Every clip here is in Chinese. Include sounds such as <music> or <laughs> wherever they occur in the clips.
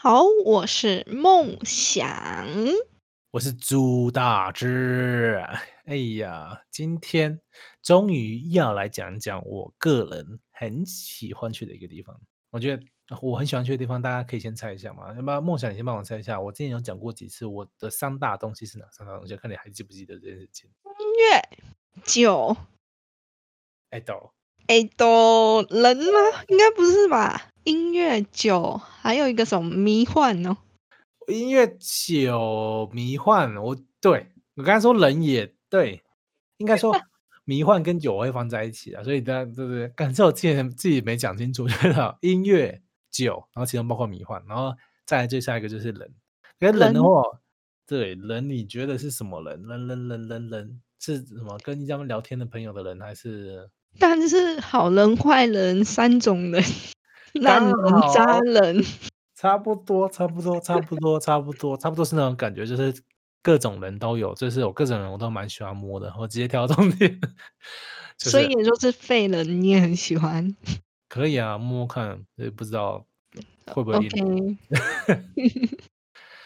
好，我是梦想。我是朱大志。哎呀，今天终于要来讲讲我个人很喜欢去的一个地方。我觉得我很喜欢去的地方，大家可以先猜一下嘛。要不然梦想，你先帮我猜一下。我之前有讲过几次，我的三大东西是哪三大东西？看你还记不记得这件事情？音乐、酒，哎，到哎，都人吗？应该不是吧？音乐、酒，还有一个什么迷幻哦？音乐、酒、迷幻，我对我刚才说人也对，应该说迷幻跟酒我会放在一起啊，所以大家对对对，感受自己自己没讲清楚，就是啊音乐、酒，然后其中包括迷幻，然后再来最下一个就是人。跟人的人话，对人你觉得是什么人？人人人人人是什么？跟他们聊天的朋友的人，还是但是好人、坏人三种人，烂人刚、好渣人，差不多，差不多，差不多，差不多，差不多是那种感觉，就是各种人都有，就是有各种人我都蛮喜欢摸的。我直接挑重点，就所是以也就是废人，你也很喜欢。可以啊，摸摸看，呃不知道会不会嗯 OK，晕。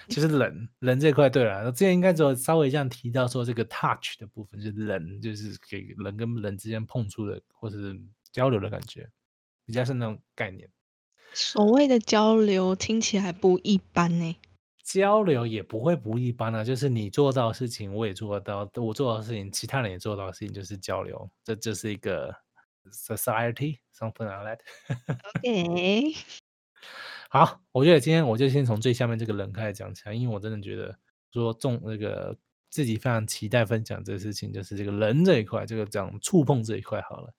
就是人人这块，对了，我之前应该只有稍微这样提到说这个 touch 的部分，就是人，就是给人跟人之间碰触的或是交流的感觉，比较是那种概念。所谓的交流听起来不一般呢、交流也不会不一般啊，就是你做到的事情，我也做得到；我做到的事情，其他人也做到的事情，就是交流。这就是一个 society something like that。 OK，好，我觉得今天我就先从最下面这个人开始讲起来，因为我真的觉得说重那个自己非常期待分享这个事情，就是这个人这一块，这个讲触碰这一块好了。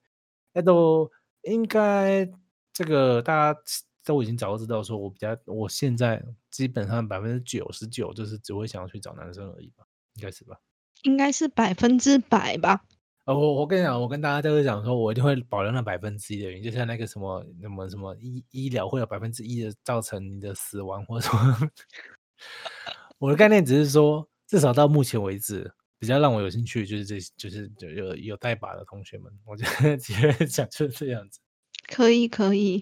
那都应该这个大家都已经早就知道，说我比较我现在基本上百分之九十九就是只会想要去找男生而已吧，应该是吧。应该是百分之百吧？呃，我我跟你讲，我跟大家都会讲说，我一定会保留那百分之一的原因，就像那个什么什么什么医医疗会有百分之一的造成你的死亡或者什么。 <laughs> 我的概念只是说，至少到目前为止，比较让我有兴趣就是这就是有有有带把的同学们，我觉得 <laughs> 其实讲就是这样子。可以，可以。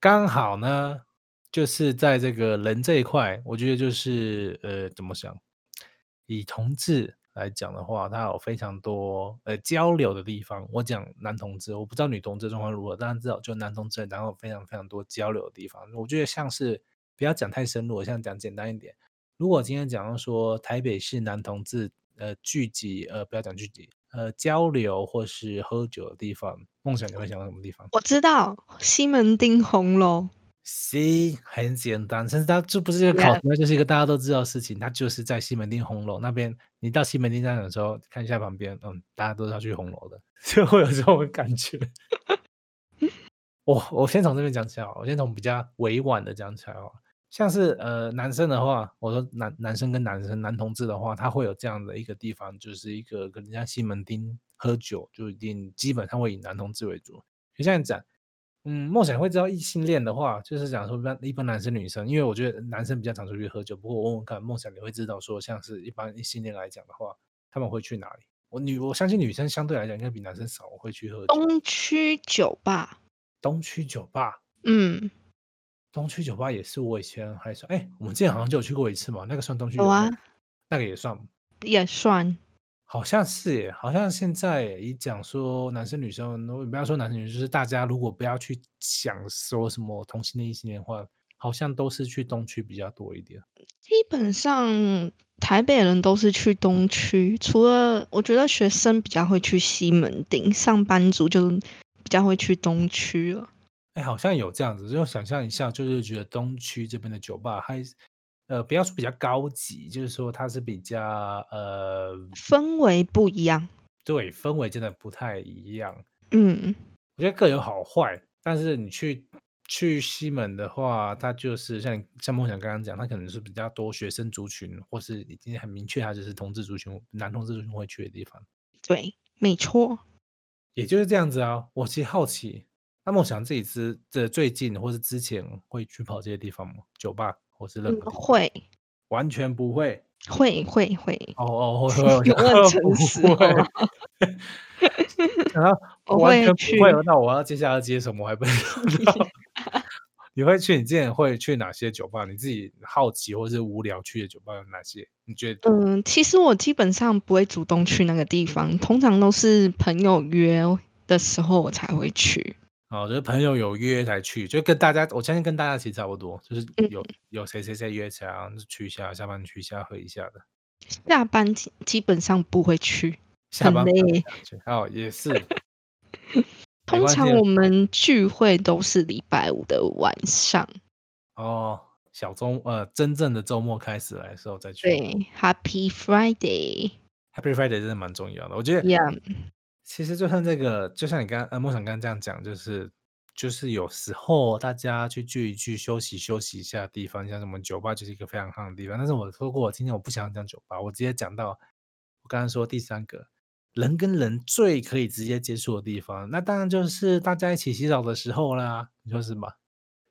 刚好呢，就是在这个人这一块，我觉得就是呃，怎么想？以同志来讲的话，他有非常多呃交流的地方。我讲男同志，我不知道女同志状况如何，但至少就男同志，然后非常非常多交流的地方。我觉得像是不要讲太深入，我想讲简单一点。如果今天讲到说台北市男同志呃聚集，呃不要讲聚集，呃交流或是喝酒的地方，梦想你会想到什么地方？我知道西门町红楼， C 很简单，甚至它这不是一个考 Yeah 题，它就是一个大家都知道的事情。它就是在西门町红楼那边，你到西门町站的时候，看一下旁边，嗯，大家都是要去红楼的， <laughs> 就会有这种感觉。我我先从这边讲起来好哦了，我先从比较委婉的讲起来哦。像是呃男生的话，我说男男生跟男生男同志的话，他会有这样的一个地方，就是一个跟人家西门町喝酒，就一定基本上会以男同志为主。就像你讲，嗯，梦想会知道异性恋的话，就是讲说一般一般男生女生，因为我觉得男生比较常出去喝酒。不过我问问看，梦想你会知道说，像是一般异性恋来讲的话，他们会去哪里？我女我相信女生相对来讲应该比男生少会去喝酒。东区酒吧。东区酒吧，嗯，东区酒吧也是我以前还算，哎、我们之前好像就有去过一次嘛，那个算东区有酒吧，啊，那个也算吗，也算。好像是耶，好像现在一讲说男生女生，我不要说男生女生，就是大家如果不要去想说什么同性恋异性恋的话，好像都是去东区比较多一点。基本上台北人都是去东区，除了我觉得学生比较会去西门町，上班族就比较会去东区了。哎，好像有这样子，就想象一下，就是觉得东区这边的酒吧还是，呃，不要说比较高级，就是说它是比较呃，氛围不一样。对，氛围真的不太一样。嗯，我觉得各有好坏，但是你去去西门的话，它就是像像梦想刚刚讲，它可能是比较多学生族群，或是已经很明确，它就是同志族群、男同志族群会去的地方，对，没错。也就是这样子啊。我其实好奇，那梦想自己之这最近或是之前会去跑这些地方吗？酒吧或是任嗯何地方？会完全不会。会会会，哦哦，会会，<laughs> 我有想问 <laughs> 说诚不实 <laughs> 会哦。然后我完会全不去会，那我要接下来要接什么？我还不知道。你会去？你之前会去哪些酒吧？你自己好奇或是无聊去的酒吧有哪些？你觉得？嗯，其实我基本上不会主动去那个地方，通常都是朋友约的时候我才会去。哦，就是朋友有约才去，就跟大家，我相信跟大家其实差不多，就是嗯有有谁谁谁约起来，然后就去一下，下班去一下，喝一下的。下班基基本上不会去，下班很不要累去哦，<laughs> 也是没通关系常啊我们聚会都是礼拜五的晚上。哦。小周呃，真正的周末开始来的时候再去。对，Happy Friday。 Happy Friday 真的蛮重要的。我觉得 Yeah，其实就像这个，就像你刚呃梦想刚刚这样讲，就是就是有时候大家去聚一聚，休息休息一下的地方，像什么酒吧就是一个非常夯的地方。但是我说过，我今天我不想讲酒吧，我直接讲到我刚刚说第三个，人跟人最可以直接接触的地方，那当然就是大家一起洗澡的时候啦。你说是吗？ <laughs>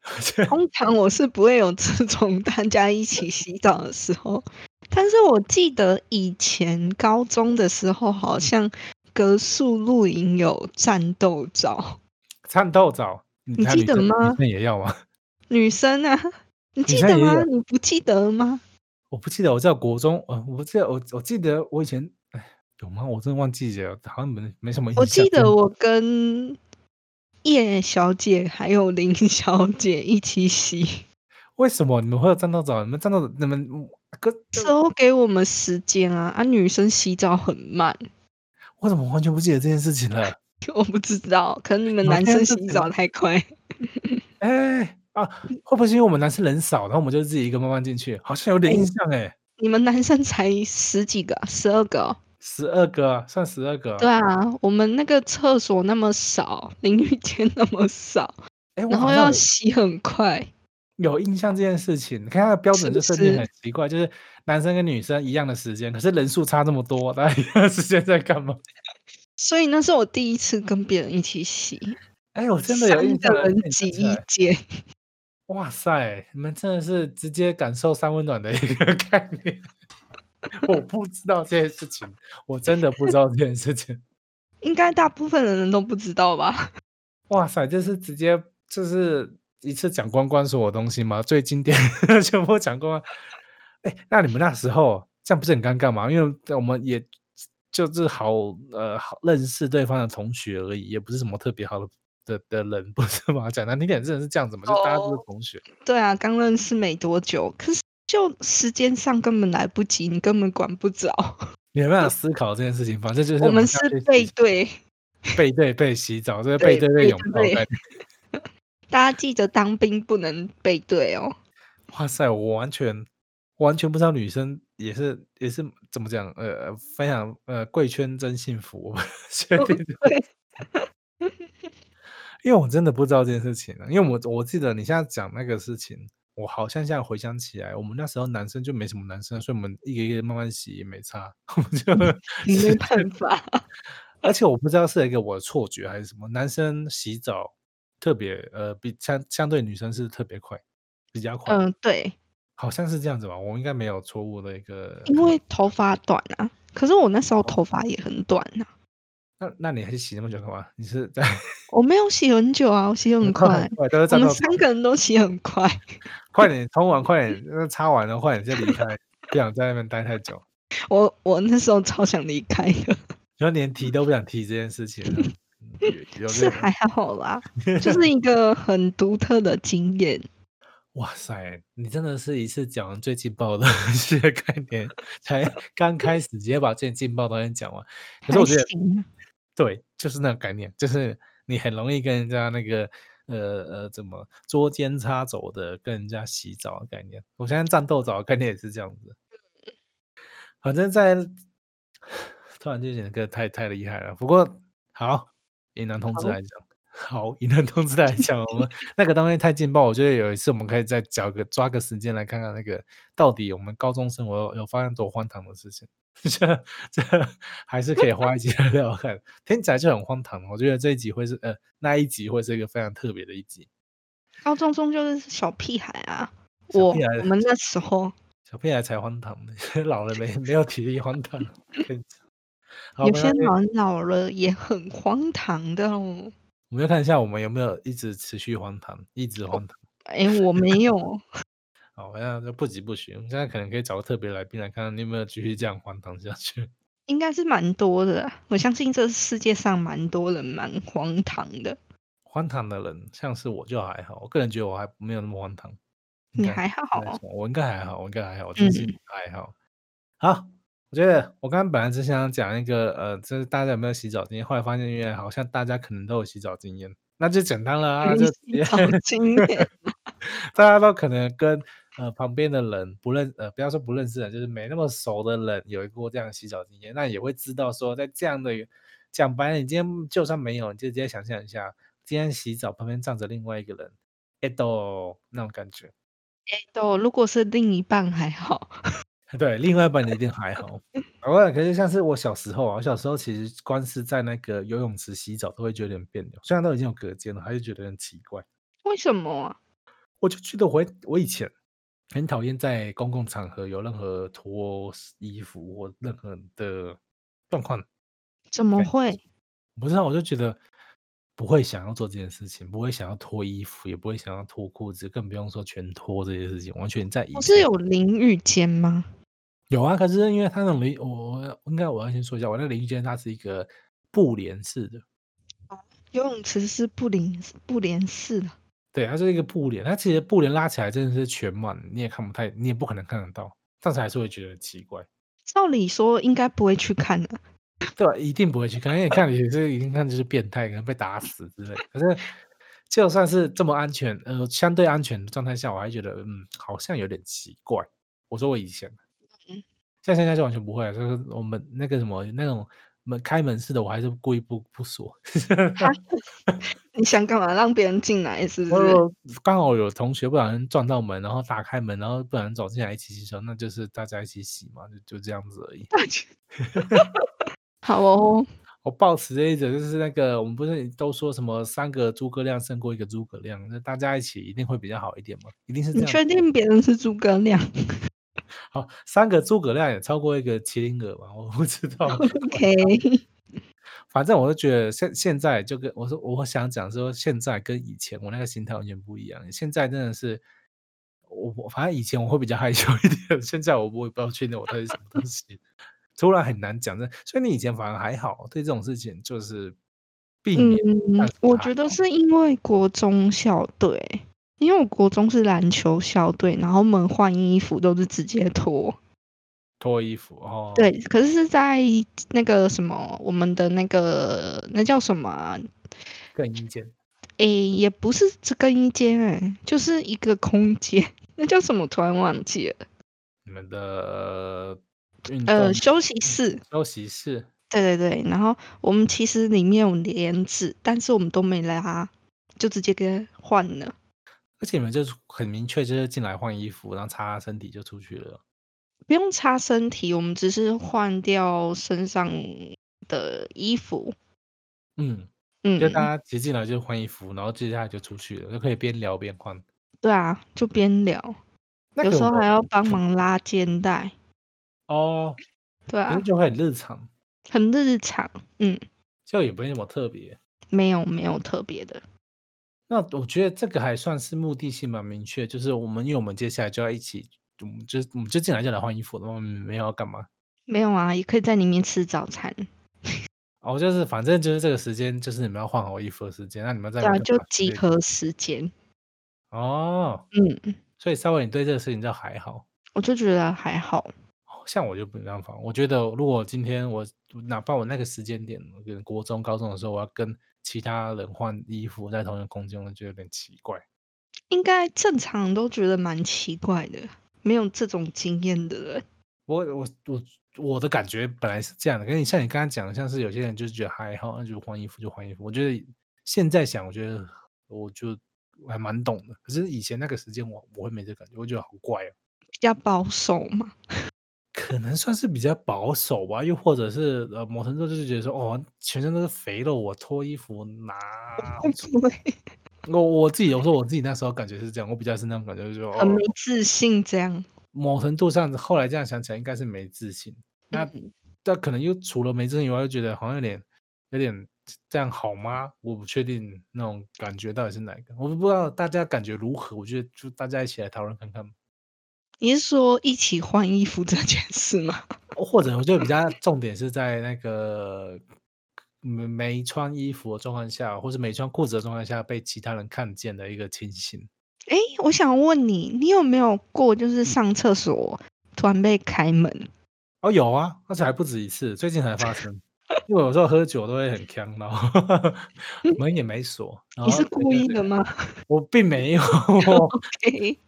<laughs> 通常我是不会有这种大家一起洗澡的时候，但是我记得以前高中的时候，好像格数露营有战斗澡，颤抖澡，你你看记女得生吗女生也要吗？女生 <laughs> 啊，你记生得也吗有？你不记得吗？我不记得我在国中，呃，我不记得我我记得我以前，哎，有吗？我真的忘记了，好像没没什么印象。我记真的得我跟叶小姐还有林小姐一起洗，为什么你们会有战斗澡？你们战斗你们嗯哥之后给我们时间啊，啊，女生洗澡很慢， <laughs> 我怎么完全不记得这件事情了？我不知道，可能你们好男像生是洗怎澡太快。哎啊，嗯会不会是因为我们男生人少，然后我们就自己一个慢慢进去？好像有点哎印象哎、你们男生才十几个啊、十二个哦、十二个啊算十二个啊。对啊，我们那个厕所那么少，淋浴间那么少，哎，我然好后要像洗很快。有印象这件事情。你看它的标准不就设定是很奇怪，就是男生跟女生一样的时间，可是人数差这么多，大家一样的时间在干嘛？所以那是我第一次跟别人一起洗，哎，我真的有印三象个了，人被你挤想起一来间，哇塞，你们真的是直接感受三温暖的一个 <laughs> 概念。我不知道这件事情，我真的不知道这件事情。应该大部分的人都不知道吧？ <laughs> 哇塞，这是直接就是一次讲光光所有东西吗？最经典的 <laughs> 全部讲光光。哎，那你们那时候这样不是很尴尬吗？因为我们也就是好呃好认识对方的同学而已，也不是什么特别好的的的人，不是吗？讲难听点，真的是这样子嘛，就大家都是哦同学。对啊，刚认识没多久，可是就时间上根本来不及，你根本管不着。你有没有思考这件事情？反正就是我们下是去洗背对，背对背洗澡，这个对背对背背拥对抱背在。大家记得当兵不能背对 <laughs> 哦。哇塞，我完全完全不知道女生也是也是怎么讲，呃，非常呃贵圈真幸福，我不确哦定这对， <laughs> 因为我真的不知道这件事情啊了，因为我我记得你现在讲那个事情，我好像现在回想起来，我们那时候男生就没什么男生，所以我们一个一个慢慢洗也没差， <laughs> 我们就没办法。而且我不知道是一个我的错觉还是什么，男生洗澡特别呃比相相对女生是特别快，比较快，嗯，对，好像是这样子吧，我应该没有错误的一个看法。因为头发短啊。可是我那时候哦头发也很短啊，那那你还是洗那么久干嘛？你是在我没有洗很久啊，我洗很快。 <laughs> 快，都是我站们到三个人都洗很快，快点冲完，快点那擦完了，快点就离开，不想在那边待太久，我我那时候超想离开的，然后连提都不想提这件事情 <laughs> 了。嗯有有是这还种好啦，就是一个很独特的经验。哇塞，你真的是一次讲完最劲爆的 <laughs> 这个概念，才刚开始直接把最劲爆的东西讲完。 <laughs> 可是还我觉得行啊对，就是那个概念，就是你很容易跟人家那个呃呃怎么捉奸插肘的跟人家洗澡的概念。我相信战斗澡的概念也是这样子。反正在，突然就觉得这个太太厉害了。不过好，以男同志好来讲，好，以男同志来讲，我们那个东西太劲爆。我觉得有一次我们可以再找个抓个时间来看看那个到底我们高中生活有有发生多荒唐的事情。 <laughs> 这这还是可以花一集来 <laughs> 聊聊看，听起来就很荒唐。我觉得这一集会是呃那一集会是一个非常特别的一集。高中中就是小屁孩啊，小我屁孩我们那时候小屁孩才荒唐呢， <laughs> 老了没没有体力荒唐。我跟你讲好，有没些关系人老了也很荒唐的哦。我们就看一下我们有没有一直持续荒唐，一直荒唐。哎，我没有， <laughs> 好，那就不疾不徐。我们现在可能可以找个特别来宾来看看你有没有继续这样荒唐下去。 <laughs> 应该是蛮多的啊。我相信这世界上蛮多人蛮荒唐的。荒唐的人，像是我就还好，我个人觉得我还没有那么荒唐。应你该还好没哦，错我应该还好，我应该还好，就是还好。好，我觉得我刚刚本来只想讲一个，呃，就是大家有没有洗澡经验，后来发现原来好像大家可能都有洗澡经验，那就简单了啊，就直接早经 <laughs> 验大家都可能跟呃旁边的人不认，呃，不要说不认识人，就是没那么熟的人有过这样的洗澡经验，那也会知道说，在这样的讲白了，你今天就算没有，你就直接想象一下，今天洗澡旁边站着另外一个人，哎都那种感觉。都，哎哦如果是另一半还好， <laughs> 对，另外一半你一定还好。 <laughs> 偶尔，可是像是我小时候啊，我小时候其实光是在那个游泳池洗澡都会觉得有点别扭，虽然都已经有隔间了，还是觉得很奇怪。为什么啊？我就记得我我以前很讨厌在公共场合有任何脱衣服或任何的状况，怎么感觉会？不知道我就觉得不会想要做这件事情，不会想要脱衣服，也不会想要脱裤子，更不用说全脱这些事情，完全在以不前是有淋浴间吗？有啊，可是因为它那种淋，我我应该我要先说一下，我那个淋浴间它是一个布帘式的，游泳池是不淋不连式的，对，它是一个布帘，它其实布帘拉起来真的是全满，你也看不太，你也不可能看得到，但是还是会觉得奇怪，照理说应该不会去看的、对啊吧？一定不会去看，因为你看你这一定看就是变态，可能被打死之类。可是就算是这么安全，呃，相对安全的状态下，我还觉得嗯，好像有点奇怪。我说我以前，嗯像现在就完全不会了，就是我们那个什么那种门开门式的，我还是故意不不锁。你想干嘛？让别人进来是不是？我刚好有同学不小心撞到门，然后打开门，然后不小心走进来一起洗手，那就是大家一起洗嘛，就就这样子而已。 <laughs> 好哦，我抱持着一种就是那个，我们不是都说什么三个诸葛亮胜过一个诸葛亮，那大家一起一定会比较好一点嘛，一 <laughs> 定是这你样确子。定别人是诸葛 <laughs> 亮好，三个诸葛亮也超过一个麒麟阁嘛，我不知 <laughs> 道。 ？OK，反正我就觉得现现在就跟我说，我想讲说现在跟以前我那个心态完全不一样。现在真的是我我反正以前我会比较害羞一点，现在我不会不知道确定我到底是什么东西，突然很难讲的。所以你以前反而还好，对这种事情就是避免。嗯但是，我还觉得好是因为国中校队，因为我国中是篮球校队，然后我们换衣服都是直接哦脱。脱衣服哦，，对，可是是在那个什么，我们的那个那叫什么啊、更阴间诶、也不是这更衣间，诶，就是一个空间， <laughs> 那叫什么？突然忘记了。你们的运动呃，休息室。休息室对对对，然后我们其实里面有帘子，但是我们都没拉，就直接给换了。而且你们就是很明确，就是进来换衣服，然后擦身体就出去了。不用擦身体，我们只是换掉身上的衣服。嗯，嗯就，大家其实进来就换衣服，然后接下来就出去了，就可以边聊边换。对啊，就边聊，那有个时候我还要帮忙拉肩带。哦，对可啊是，就会很日常，很日常。嗯，就也不会什么特别。没有没有特别的。那我觉得这个还算是目的性蛮明确，就是我们因为我们接下来就要一起，我们就我们就进来就来换衣服了，我们没有要干嘛。没有啊，也可以在里面吃早餐。哦，就是反正就是这个时间，就是你们要换好衣服的时间，那你们在对里啊，面干就嘛之集类的合时间。哦，嗯，所以稍微你对这个事情就还好，我就觉得还好。哦像我就没办法。我觉得如果今天我哪怕我那个时间点，我可能国中、高中的时候，我要跟其他人换衣服在同一个空间，我就觉得有点奇怪。应该正常都觉得蛮奇怪的，没有这种经验的人，我我我我的感觉本来是这样的，跟你像你刚刚讲的，像是有些人就是觉得还好，那就换衣服就换衣服。我觉得现在想，我觉得我就我还蛮懂的。可是以前那个时间我，我会没这感觉，我觉得好怪哦、比较保守嘛。可能算是比较保守吧，又或者是呃，某程度就是觉得说，哦，全身都是肥肉，我脱衣服拿会不会我我自己，我说我自己那时候感觉是这样，我比较是那种感觉，就是说，很哦没，自信这样？某程度上后来这样想起来，应该是没自信。那嗯但可能又除了没自信以外，又觉得好像有点有点这样好吗？我不确定那种感觉到底是哪一个，我不知道大家感觉如何。我觉得就大家一起来讨论看看，你是说一起换衣服这件事吗？或者我觉得比较重点是在那个没没穿衣服的状况下，或者没穿裤子的状况下被其他人看见的一个情形。诶，我想问你，你有没有过就是上厕所突然被开门？哦，有啊，而且还不止一次，最近才发生。 <laughs> 因为有时候喝酒都会很呛， <laughs> 然后门也没锁。然你后是那故个意的吗 <laughs> 我并没有， ？OK，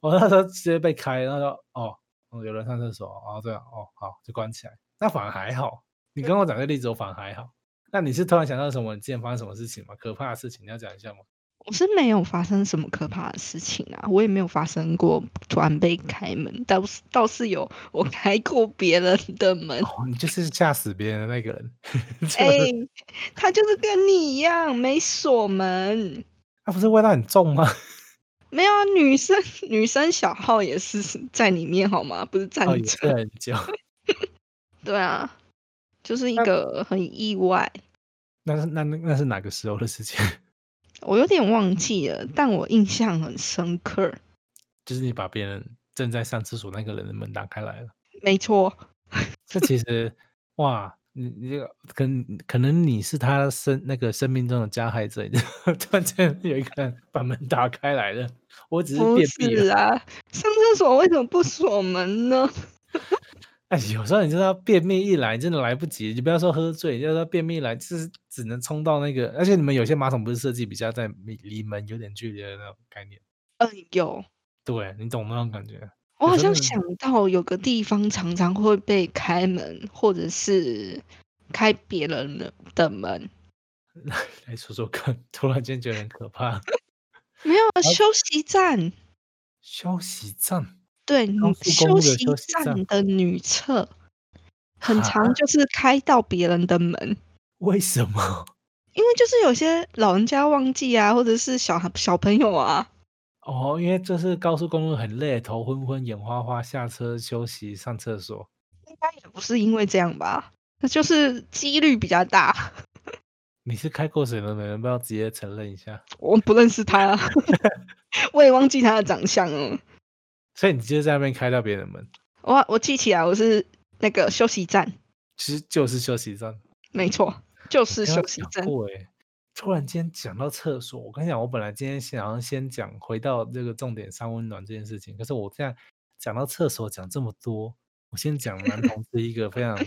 我那时候直接被开，然后说哦，哦有人上厕所，哦对啊，哦好，就关起来。那反而还好，你跟我讲这例子，我反而还好。那你是突然想到什么？你之前发生什么事情吗？可怕的事情，你要讲一下吗？我是没有发生什么可怕的事情啊，我也没有发生过突然被开门，倒是倒是有我开过别人的门。哦，你就是吓死别人的那个人。 <laughs> <laughs> 哎、他就是跟你一样没锁门。他不是味道很重吗？没有啊，女生女生小号也是在里面好吗？不是站哦，也着。是很久。对啊，就是一那个很意外，那是那那那是哪个时候的事情？我有点忘记了，但我印象很深刻。就是你把别人正在上厕所那个人的门打开来了。没错，这其实哇，你你这个可能可能你是他生那个生命中的加害者， <laughs> 突然间有一个人把门打开来了，我只是不便秘是了。啊，上厕所为什么不锁门呢？哎，有时候你知道便秘一来真的来不及，你不要说喝醉，要说便秘一来就是只能冲到那个，而且你们有些马桶不是设计比较在离离门有点距离的那种概念，嗯，有，对你懂那种感觉？我有好时候像那个想到有个地方常常会被开门，或者是开别人的的门。来哎说说看， <laughs> 突然间觉得很可怕。 <laughs> 没有啊休息站，休息站，对，高女速公路的息休息站站的女厕，很哈常就是开到别人的门。为什么？因为就是有些老人家忘记啊，或者是小孩小朋友啊，哦，因为这是高速公路很累，头昏昏、眼花花，下车休息、上厕所。应该也不是因为这样吧，那就是几率比较大。你是开过水的人，要不要直接承认一下？我不认识他，啊 <laughs> 我也忘记他的长相了。所以你就是在那边开到别人的门，我我记起来，我是那个休息站，其实就是休息站。没错，就是刚刚休息讲站。过欸突然间讲到厕所，我跟你讲，我本来今天想要先讲回到这个重点上温暖这件事情，可是我这样讲到厕所讲这么多，我先讲男同志一个非常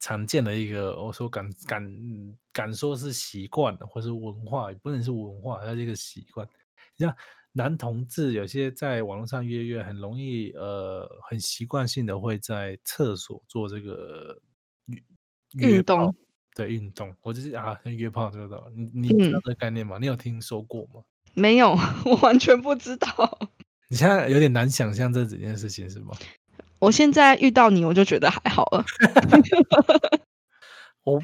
常见的一个，我说敢敢敢说是习惯的，或是文化，也不能是文化，它是一个习惯。你像男同志有些在网络上约约，很容易呃，很习惯性的会在厕所做这个约约运动炮对运动，我就是啊，约炮这个道理，你你知道嗯这个概念吗？你有听说过吗？没有， <laughs> 我完全不知道。你现在有点难想象这几件事情是吗？我现在遇到你，我就觉得还好了。我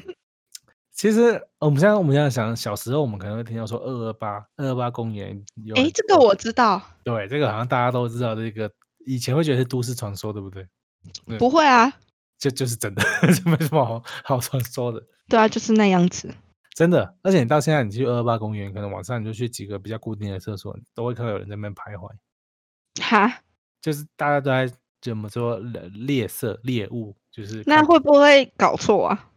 其实我们现在我们现在想，小时候我们可能会听到说二二八二二八公园有啊很诶，多，这个我知道，对这个好像大家都知道，这个以前会觉得是都市传说，对不对？对不会啊，就就是真的， <laughs> 这没什么好好传说的。对啊，就是那样子。真的，而且你到现在，你去二二八公园，可能晚上你就去几个比较固定的厕所，都会看到有人在那边徘徊，哈，就是大家都在怎么说呃猎色猎物，就是那 <laughs> 看会不会搞错啊？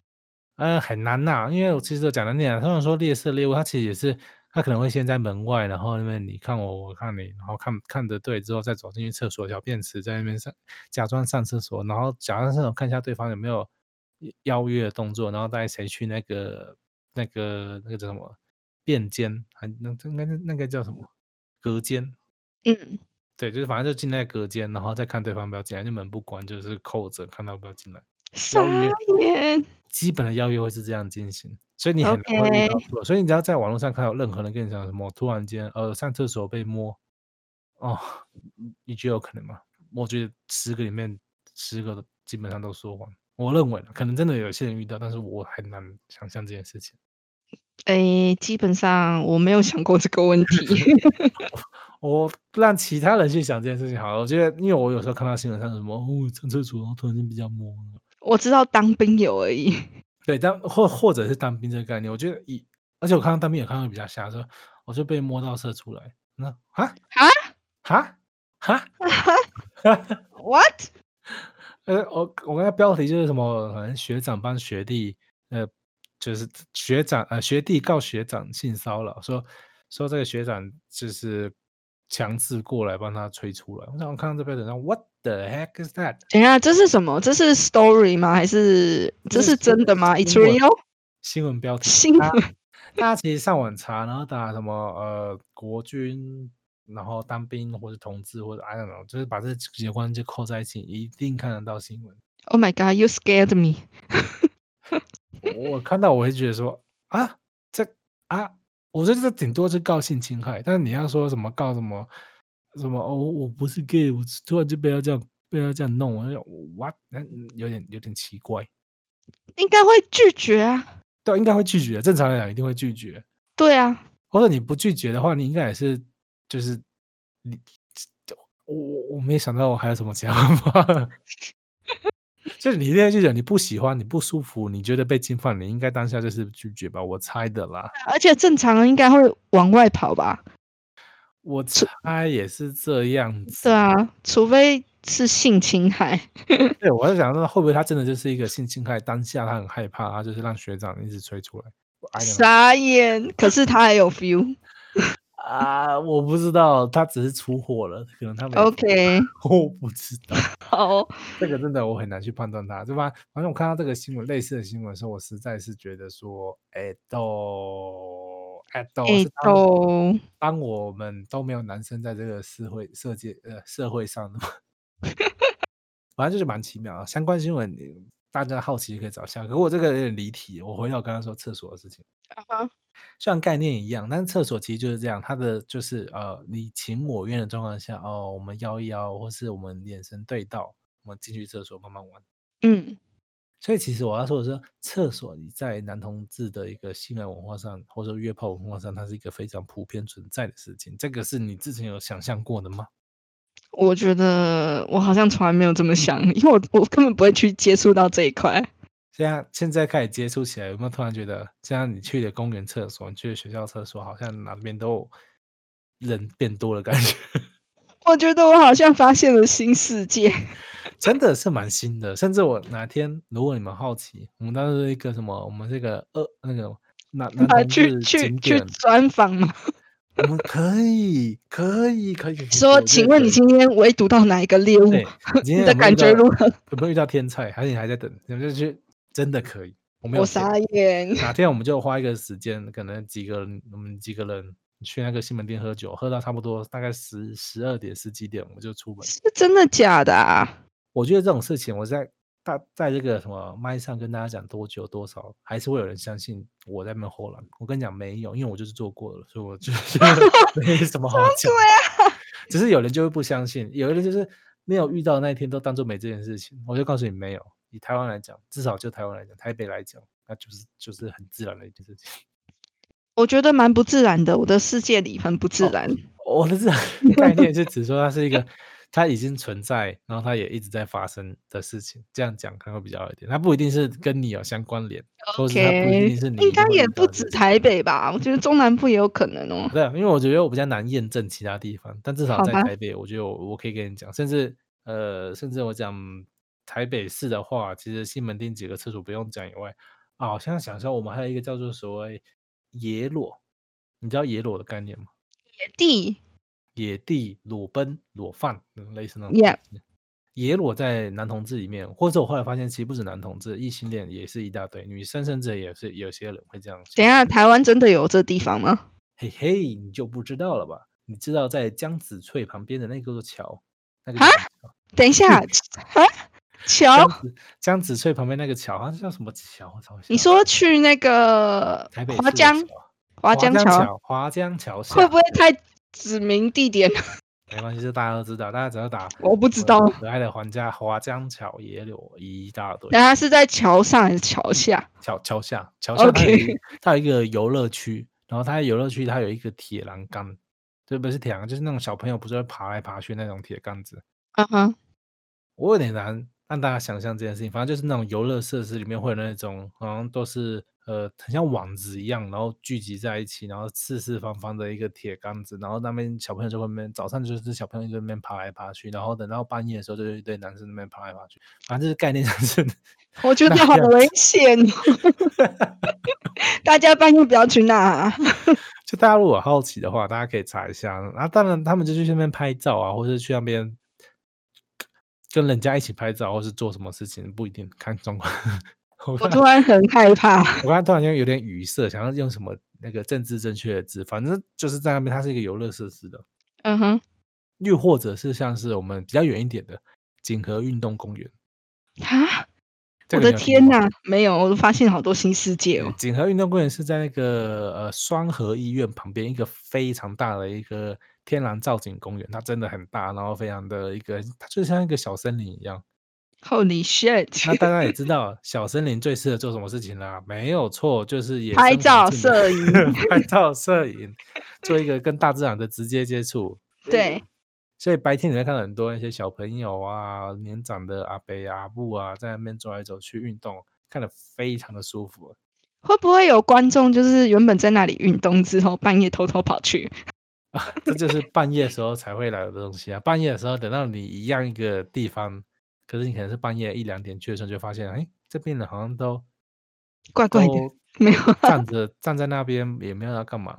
呃很难呐、因为我其实讲难听点，他们说猎色猎物，它其实也是他可能会先在门外，然后那边你看我我看你，然后看看得对之后再走进去厕所小便池，在那边上假装上厕所，然后假装上厕所看一下对方有没有邀约的动作，然后带谁去那个那个那个叫什么便间，还那这应该是那个叫什么隔间，嗯，对，就是反正就进那个隔间，然后再看对方要不要进来，就门不关，就是扣着，看他要不要进来。傻约眼。基本的邀约会是这样进行，所以你很难会遇到错。所以你只要在网络上看到任何人跟你讲什么，突然间呃上厕所被摸，哦，你你觉得有可能吗？我觉得十个里面十个基本上都说谎。我认为啦可能真的有些人遇到，但是我很难想象这件事情。诶，基本上我没有想过这个问题。 <laughs> 我让其他人去想这件事情好了。我觉得，因为我有时候看到新闻上什么，哦，上厕所然后突然间比较摸，我知道当兵有而已。对，但或或者是当兵这个概念，我觉得以，而且我看到当兵有看到比较瞎，说我就被摸到射出来，那啊啊啊啊， ？What？呃，我我刚才标题就是什么，可能学长帮学弟，呃，就是学长呃学弟告学长性骚扰，说说这个学长就是强制过来帮他吹出来。我想我看到这标题上，What the heck is that？等一下，这是什么？这是 story 吗？还是这这是是啊真的吗？It's 新闻 real 新闻标题，新闻大家大家其实上网查，然后打什么呃国军，然后当兵或者同志或者 I don't know，就是把这几个关键字扣在一起，一定看得到新闻。 ？Oh my god！You scared me！我我看到我会觉得说啊，这啊，我觉得这顶多是告性侵害，但是你要说什么告什么什么哦，我不是 gay，我突然就被他这样被他这样弄，我就想 what，那嗯有点有点奇怪。应该会拒绝啊。对，应该会拒绝，正常来讲一定会拒绝，对啊，或者你不拒绝的话，你应该也是就是你我我我没想到我还有什么想法。 <laughs> 就是你一定要拒绝，你不喜欢，你不舒服，你觉得被侵犯，你应该当下就是拒绝吧，我猜的啦。而且正常人应该会往外跑吧？我猜也是这样子。对啊，除非是性侵害。对，我在想说，会不会他真的就是一个性侵害，当下他很害怕，他就是让学长一直吹出来。我 I don't know 傻眼，可是他还有 feel。啊，我不知道，他只是出货了，可能他没 OK，我不知道，好，这个真的我很难去判断他，对吧？反正我看到这个新闻，类似的新闻的时候，我实在是觉得说，哎，都，哎，都，哎是当都当我们都没有男生在这个社会社界呃社会上 <laughs> 的话，反正就是蛮奇妙啊。相关新闻你大家好奇可以找一下，可我这个有点离题。我回到我刚刚说厕所的事情，啊虽然概念一样，但是厕所其实就是这样，它的就是呃你情我愿的状况下，哦，我们邀一邀，或是我们眼神对到，我们进去厕所慢慢玩。嗯，所以其实我要说的是，厕所你在男同志的一个性爱文化上，或者说约炮文化上，它是一个非常普遍存在的事情。这个是你之前有想象过的吗？我觉得我好像从来没有这么想，因为我我根本不会去接触到这一块。现在现在开始接触起来，有没有突然觉得，现在你去的公园厕所，你去的学校厕所，好像哪边都有人变多的感觉？ <laughs> 我觉得我好像发现了新世界。真的是蛮新的。甚至我哪天如果你们好奇，我们当时一个什么，我们这个呃那个男男啊，同去志去景去点，专访嘛， <laughs> 我们可以可以可以可以说，我觉请得问可你以今天围堵到哪一个猎物？对，今你的天有没有遇感觉到如何？有没有遇到天菜？还是你还在等？你们就去，真的可以，我没有我钱。傻眼。哪天我们就花一个时间，可能几个人，我们几个人去那个西门町喝酒，喝到差不多大概十十二点十几点，我们就出门。是真的假的啊？我觉得这种事情，我在大在这个什么麦上跟大家讲多久多少，还是会有人相信我在那边后来。我跟你讲没有，因为我就是做过了，所以我就是 <laughs> 没什么好讲。只是有人就会不相信，有人就是没有遇到那一天都当做没这件事情。我就告诉你没有。以台湾来讲，至少就台湾来讲，台北来讲，那就是就是很自然的一件事情。我觉得蛮不自然的，我的世界里很不自哦然。我 <laughs> 的这个概念是指说它是一个它已经存在，然后它也一直在发生的事情。这样讲可能会比较好一点。它不一定是跟你有相关联，或是它不一 OK，定是你一应该定会也遇到不的止事情台。北吧，我觉得中南部也有可能哦。对啊，因为我觉得我比较难验证其他地方，但至少好在吧台北，我觉得我我可以跟你讲，甚至呃，甚至我讲台北市的话，其实西门町几个厕所不用讲以外，啊，好像想说我们还有一个叫做所谓野裸，你知道野裸的概念吗？野地野地裸奔、裸饭，嗯类似那种东 Yeah 西。野裸在男同志里面，或者我后来发现，其实不止男同志，异性恋也是一大堆，女生甚至也是有些人会这样。等一下，，台湾真的有这地方吗？嘿嘿，你就不知道了吧？你知道在江子翠旁边的那座桥，那个哈桥等一下， <laughs> 啊，江桥，子江子翠旁边那个桥，好像叫什么桥？我找一你下说去那个台北市华的江桥华江江桥，桥，华江桥下会不会太指明地点？没关系，这大家都知道，大家只要打我不知呃道。可爱的皇家华江桥野柳一大堆。那它是在桥上还是桥下？桥桥下，桥下它有一 OK 个 <laughs> 它有一个游乐区，然后它游乐区它有一个铁栏杆，就不是嗯铁栏杆，就是那种小朋友不是会爬来爬去那种铁杆子。啊哈，我有点难让大家想象这件事情，反正就是那种游乐设施里面会有那种好像都是呃很像网子一样，然后聚集在一起，然后四四方方的一个铁杆子，然后那边小朋友就会那边早上就是小朋友就那边爬来爬去，然后等到半夜的时候就是一堆男生那边爬来爬去，反正就是概念上是 <laughs> 我觉得那好样危险哦， <laughs> 大家半夜不要去那 <laughs> 啊。就大家如果好奇的话，大家可以查一下。然后当然他们就去那边拍照啊，或者去那边跟人家一起拍照，或是做什么事情，不一定看状况。 <laughs> 我我刚突然很害怕。我刚才突然间有点语塞，想要用什么那个政治正确的字，反正就是在那边它是一个游乐设施的，嗯哼，又或者是像是我们比较远一点的锦河运动公园。啊！这我的个你有听天过吗哪，没有，我发现好多新世界对哦。锦河运动公园是在那个呃双河医院旁边一个非常大的一个天然造景公园，它真的很大，然后非常的一个，它就像一个小森林一样。 Holy 那 shit！大家也知道，小森林最适合做什么事情啦？没有错，就是野拍生环照境的摄影， <laughs> 拍照摄影，做一个跟大自然的直接接触。对，所以白天你会看到很多那些小朋友啊、年长的阿伯、阿布啊，在那边走来走去运动，看得非常的舒服。会不会有观众就是原本在那里运动之后，半夜偷偷跑去？啊，这就是半夜的时候才会来的东西啊！半夜的时候，等到你一样一个地方，可是你可能是半夜一两点去的时候，就发现，哎，这边人好 <laughs> 像都怪怪的，都没有啊。站着站在那边也没有要干嘛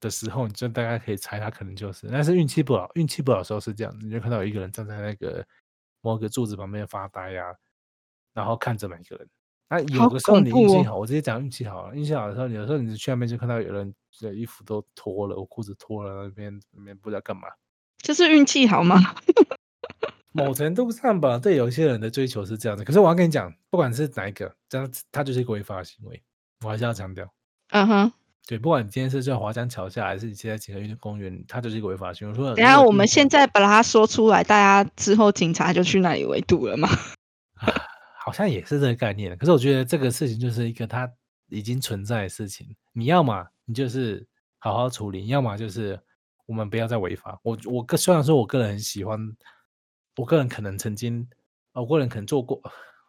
的时候，你就大概可以猜他可能就是，但是运气不好，运气不好的时候是这样子，你就看到有一个人站在那个某个柱子旁边发呆呀、然后看着每个人。那有好的时候恐你运气怖哦好，我直接讲运气好了，运气好的时候，有的时候你去那边就看到有人的衣服都脱了，我裤子脱了，那边那边不知道干嘛。就是运气好吗？某程度上吧，对有些人的追求是这样的。可是我要跟你讲，不管是哪一个，这样它就是一个违法的行为，我还是要强调。嗯哼，对，不管你今天是在华江桥下，还是你现在几个运动公园，它就是一个违法的行为。如果等一下如果我们今现天在把它说出来，大家之后警察就去那里围堵了嘛？嗯好像也是这个概念，可是我觉得这个事情就是一个它已经存在的事情，你要么你就是好好处理，要么就是我们不要再违法。我我个虽然说我个人很喜欢，我个人可能曾经，呃我个人可能做过，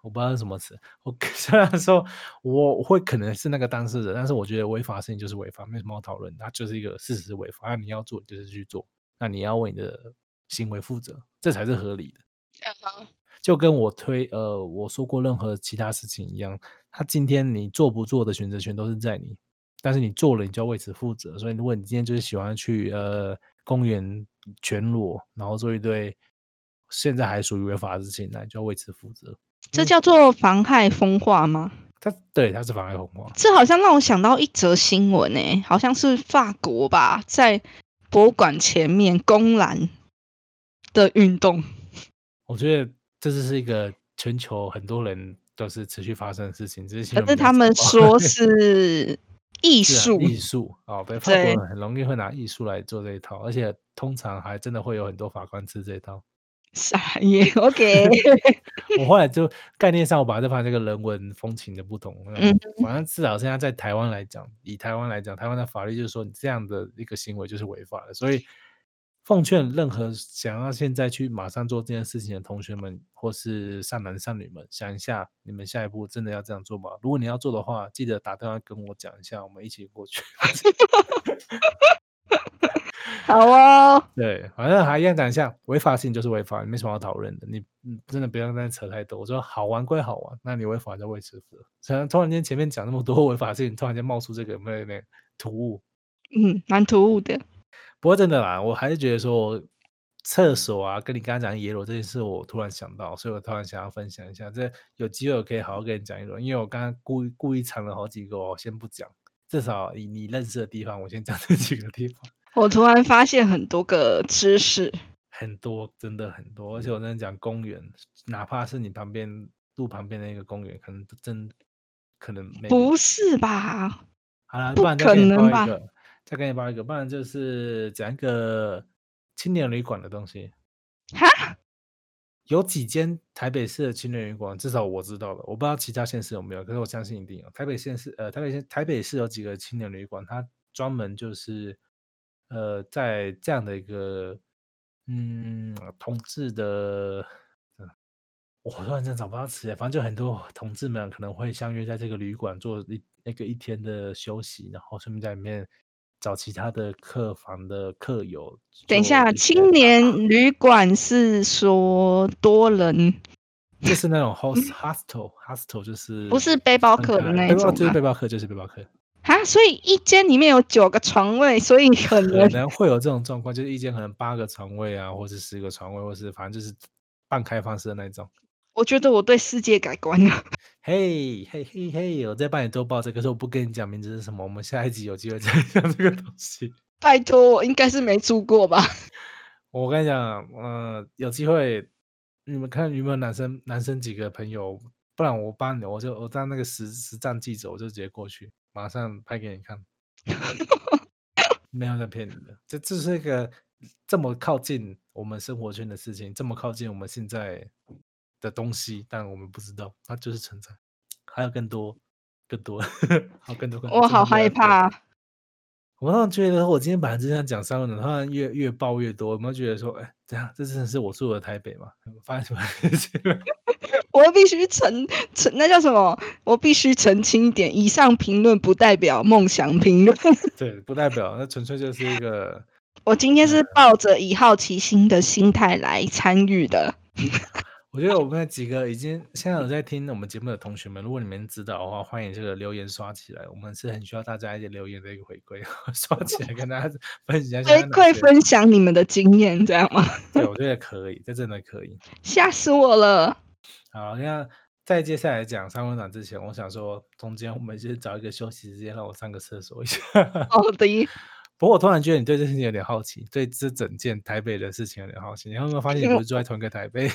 我不知道是什么词。我 <laughs> 虽然说我会可能是那个当事人，但是我觉得违法的事情就是违法，没什么好讨论，它就是一个事实违法。那你要做你就是去做，那你要为你的行为负责，这才是合理的。就跟我推呃我说过任何其他事情一样，他今天你做不做的选择权都是在你，但是你做了，你就要为此负责。所以如果你今天就是喜欢去呃公园全裸，然后做一堆现在还属于违法的事情，那你就要为此负责。这叫做妨害风化吗？他对他是妨碍红光，这好像让我想到一则新闻诶、好像是法国吧，在博物馆前面公然的运动。我觉得这就是一个全球很多人都是持续发生的事情，只是新可是闻没有他讲们到说是 <laughs> 艺是啊术，艺术哦，对，法国对人很容易会拿艺术来做这一套，而且通常还真的会有很多法官吃这一套。傻眼。OK， <laughs> 我后来就概念上，我把这放这个人文风情的不同。嗯嗯，反正至少现在在台湾来讲，以台湾来讲，台湾的法律就是说你这样的一个行为就是违法的，所以奉劝任何想要现在去马上做这件事情的同学们，或是善男善女们，想一下你们下一步真的要这样做吗？如果你要做的话，记得打电话跟我讲一下，我们一起过去。好哦，对，反正还一样讲一下，违法性就是违法，没什么好讨论的。你嗯真的不要再扯太多。我说好玩归好玩，那你违法就为此负责。虽然突然间前面讲那么多违法性，突然间冒出这个，有没有有点突兀？嗯，蛮突兀的。不过真的啦，我还是觉得说厕所啊，跟你刚刚讲野裸这件事，我突然想到，所以我突然想要分享一下。这有机会我可以好好跟你讲一轮，因为我刚刚故意故意藏了好几个，我先不讲。至少以你认识的地方，我先讲这几个地方。我突然发现很多个知识，很多，真的很嗯多。而且我真的讲公园，哪怕是你旁边路旁边的一个公园，可能都真可能没不是吧？好了，不然再可给你能包吧一个，再给你包一个，不然就是讲一个青年旅馆的东西。哈，有几间台北市的青年旅馆，至少我知道的，我不知道其他县市有没有，可是我相信一定有。台北县市，呃，台北县台北市有几个青年旅馆，它专门就是，呃，在这样的一个，嗯，同志的，呃我我突然真找不到词了，反正就很多同志们可能会相约在这个旅馆做一那个一天的休息，然后顺便在里面找其他的客房的客友。等一下，青年旅馆是说多人，就是那种 host hostel hostel 就是嗯不是背包客的分那开一背包种就是吗背包客就是背包客，啊？所以一间里面有九个床位，所以可可能能会有这种状况，就是一间可能八个床位啊，或是十个床位，或是反正就是半开放式的那一种。我觉得我对世界改观了。嘿嘿嘿嘿，我再帮你多报这个，可是我不跟你讲名字是什么，我们下一集有机会再讲这个东西。拜托，我应该是没住过吧？我跟你讲，呃，有机会你们看有没有男生男生几个朋友，不然我帮你，我就我当那个实实战记者，我就直接过去，马上拍给你 <laughs> 看，没有在骗你的，这这是一个这么靠近我们生活圈的事情，这么靠近我们现在的东西，但我们不知道它就是存在，还有更多更多， <laughs> 好更多更多，我真的好越来害越多怕啊、我突然觉得，我今天本来只想讲三文的，突然越越爆越多，有没有觉得说，哎，这样这真的是我住的台北吗？ <laughs> 发生什么事情 <laughs> 了？我必须澄澄，那叫什么？我必须澄清一点，以上评论不代表梦想评论。 <laughs> 对，不代表那纯粹就是一个我今天是抱着以好奇心的心态来参与的。我觉得我们几个已经现在有在听我们节目的同学们，如果你们知道的话，欢迎这个留言刷起来，我们是很需要大家一些留言的一个回馈， <laughs> 刷起来跟大家分享一下回现在哪馈些。分享你们的经验，这样吗？对，我觉得可以，这真的可以。吓死我了！好，那在接下来讲三温暖之前，我想说中间我们先找一个休息时间，让我上个厕所一下。好的，不过我突然觉得你对这事情有点好奇，对这整件台北的事情有点好奇。你有没有发现你因为不是住在同一个台北？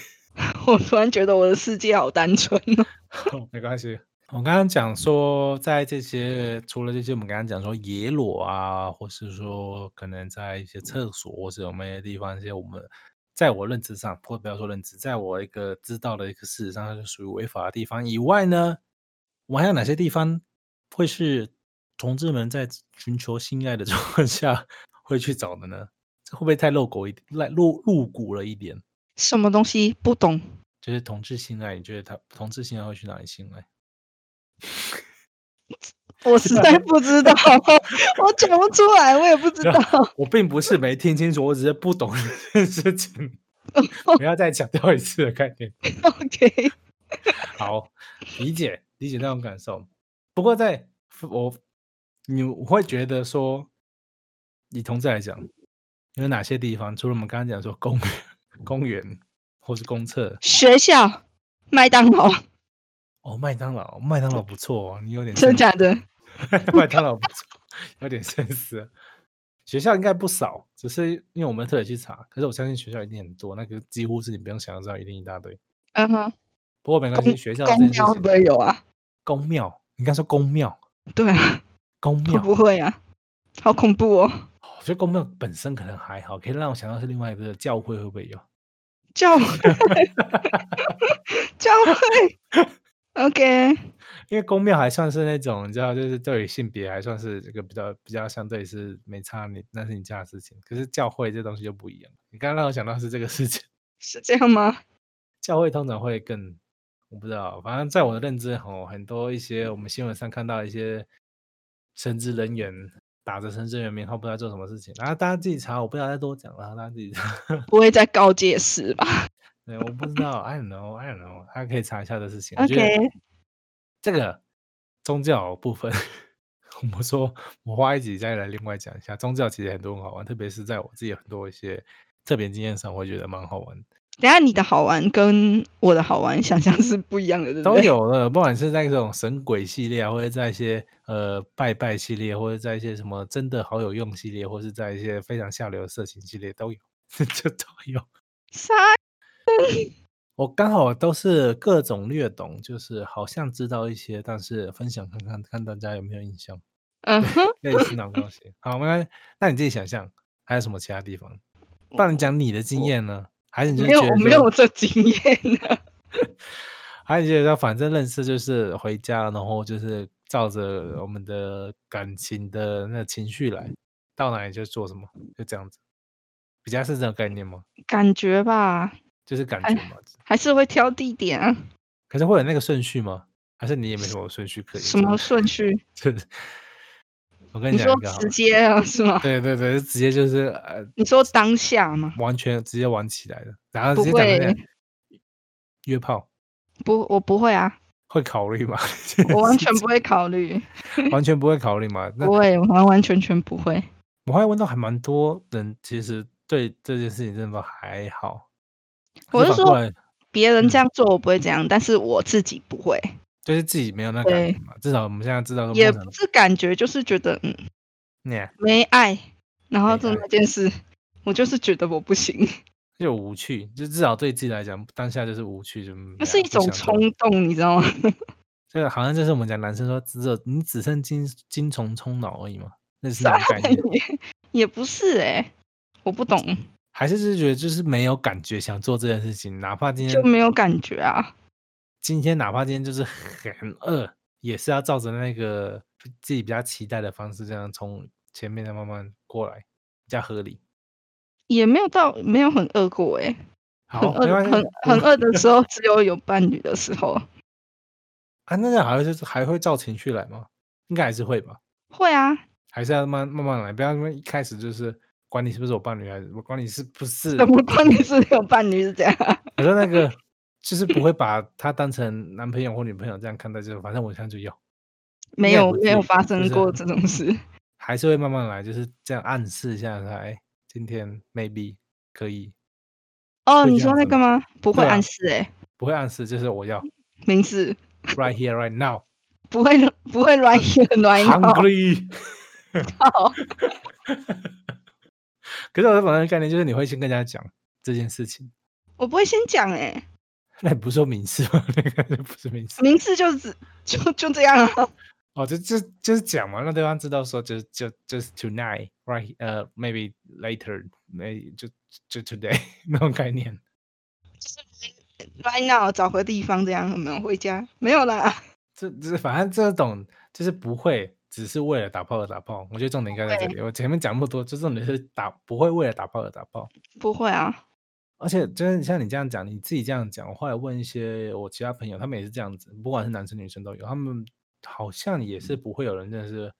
我突然觉得我的世界好单纯哦。哦 <laughs> 没关系。我刚刚讲说，在这些除了这些，我们刚刚讲说野裸啊，或是说可能在一些厕所或是有没有地方，一些我们在我认知上，或不要说认知，在我一个知道的一个事实上它是属于违法的地方以外呢，我还有哪些地方会是同志们在寻求性爱的状况下会去找的呢？这会不会太露骨一点，太露露骨了一点？什么东西不懂？就是同志性爱，你觉得他同志性爱会去哪里性爱？我实在不知道，我讲不出来，我也不知 <laughs> 道。 <laughs> 我并不是没听清楚，我只是不懂这件事情。 <laughs> 不要再强调一次的概念。 OK，好，理解理解那种感受。不过在我，你会觉得说，以同志来讲，有哪些地方？除了我们刚刚讲说公 <laughs> 园、公园或是公厕，学校、麦当劳，哦，麦当劳，麦当劳不错哦，你有点 <laughs> 真的深假的？ <laughs> 麦当劳不错，有点深思。学校应该不少，只是因为我们特别去查，可是我相信学校一定很多，那个几乎是你不用想象到，一定一大堆。嗯哼，不过没关系，公学校这公件事交会情不，会有啊？公庙，你刚说公庙，对啊，公会庙，不会啊？好恐怖哦！我觉得公庙本身可能还好，可以让我想到是另外一个教会会不会有？教 <laughs> 会，教会。OK，因为公庙还算是那种，你知道，就是对于性别还算是这个比较比较相对是没差你，那是你家的事情。可是教会这东西就不一样，你刚刚让我想到是这个事情。是这样吗？教会通常会更，我不知道，反正在我的认知吼，很多一些我们新闻上看到一些神职人员打着神职人员名号不知道做什么事情，然后大家自己查，我不要再多讲了，大家自己查。 <laughs> 不会再告诫是吧对，我不知道，I don't know，I don't know，大家可以查一下的事情。我觉得？OK，这个宗教的部分， <laughs> 我们说我花一集再来另外讲一下宗教，其实很多很好玩，特别是在我自己很多一些特别经验上，我会觉得蛮好玩的等一下你的好玩跟我的好玩想象是不一样的，对不都对？有了，不管是在这种神鬼系列啊，或者在一些呃拜拜系列，或者在一些什么真的好有用系列，或是在一些非常下流的色情系列都有， <laughs> 这都有。啥？我刚好都是各种略懂，就是好像知道一些，但是分享看看看大家有没有印象，嗯哼，类似那种东西。好，没关系，那你自己想象还有什么其他地方？不然你讲你的经验呢？还是你就没有觉，我得没说有这经验 <laughs> 啊。还有就是，反正认识就是回家，然后就是照着我们的感情的那情绪来，到哪里就做什么，就这样子，比较是这种概念吗？感觉吧，就是感哎觉嘛。还是会挑地点啊，可是会有那个顺序吗？还是你也没什么顺序可以？什么顺序？ <laughs> 就是我跟你讲说一个好直了，接啊，是吗？对对对，直接就是呃，你说当下吗？完全直接玩起来的，然后不直接讲会那个约炮不，我不会 <laughs> 啊，会考虑吗？我完全不会考虑， <laughs> 完全不会考虑嘛？那不会，我完完全全不会。我还问到还蛮多人，其实对这件事情真的还好。可我是反过说来别人嗯这样做我不会这样，但是我自己不会，就是自己没有那个感对觉嘛，至少我们现在知道说也梦想不是感觉，就是觉得嗯，yeah，没爱，然后没做爱那件事，我就是觉得我不行，就有无趣，就至少对自己来讲，当下就是无趣，就没那是一啊不种想做冲动，你知道吗？这个好像就是我们讲男生说，只有你只剩精精虫充脑而已嘛，那是那种概念， <laughs> 也不是哎、我不懂，还是就是觉得就是没有感觉想做这件事情，哪怕今就天没有感觉啊。今天哪怕今天就是很饿，也是要照着那个自己比较期待的方式，这样从前面的慢慢过来，比较合理。也没有到没有很饿过哎、很好，饿没关系，嗯很很饿的时候，只有有伴侣的时候啊，那这样还会就是还会照情绪来吗？应该还是会吧，会啊，还是要慢慢慢来，不要因为一开始就是管你是不是我伴侣，还是我管你是不是怎么关你是有伴侣是这样啊？我说那个就是不会把他当成男朋友或女朋友这样看待，就是反正我现在就要，没应该有不没有至于发就生是啊过这种事，还是会慢慢来，就是这样暗示一下他，哎，今天 maybe 可以，哦，会你这说样那子个吗？不会对啊暗示哎、欸，不会暗示，就是我要名字 right here right now 不会不会 <laughs> 乱演乱演， hungry。靠 <laughs> 可是我的反正概念就是你会先跟人家讲这件事情， <laughs> 我不会先讲哎、欸，那你不是说明示吗？ <laughs> 那个就不是明示名字就只就就这样啊，哦，就就就是讲嘛，让对方知道说就就就是 tonight right 呃、maybe later maybe 就就 today <laughs> 那种概念。 right now 找个地方这样，有没有回家？没有啦，这这反正这种就是不会，只是为了打炮而打炮。我觉得重点应该在这里。我前面讲那么多，就重点是打不会为了打炮而打炮。不会啊，而且就是像你这样讲，你自己这样讲，我后来问一些我其他朋友，他们也是这样子，不管是男生女生都有，他们好像也是不会有人真的是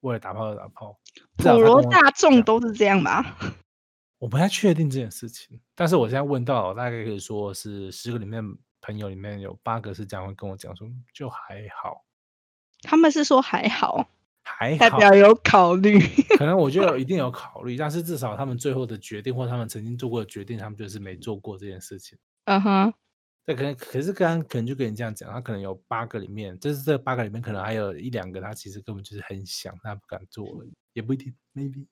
为了打炮而打炮。至少嗯普他跟罗我大众讲都是这样吧？我不太确定这件事情，但是我现在问到，我大概可以说是十个里面朋友里面有八个是这样会跟我讲说，就还好，他们是说还好，还代好，表有考虑，可能我觉得有一定有考虑，但是至少他们最后的决定或他们曾经做过的决定，他们就是没做过这件事情。 <laughs> 嗯哼，对，可能可是刚可能就跟你这样讲，他可能有八个里面，就是这八个里面可能还有一两个，他其实根本就是很想，但他不敢做而已，嗯也不一定，maybe。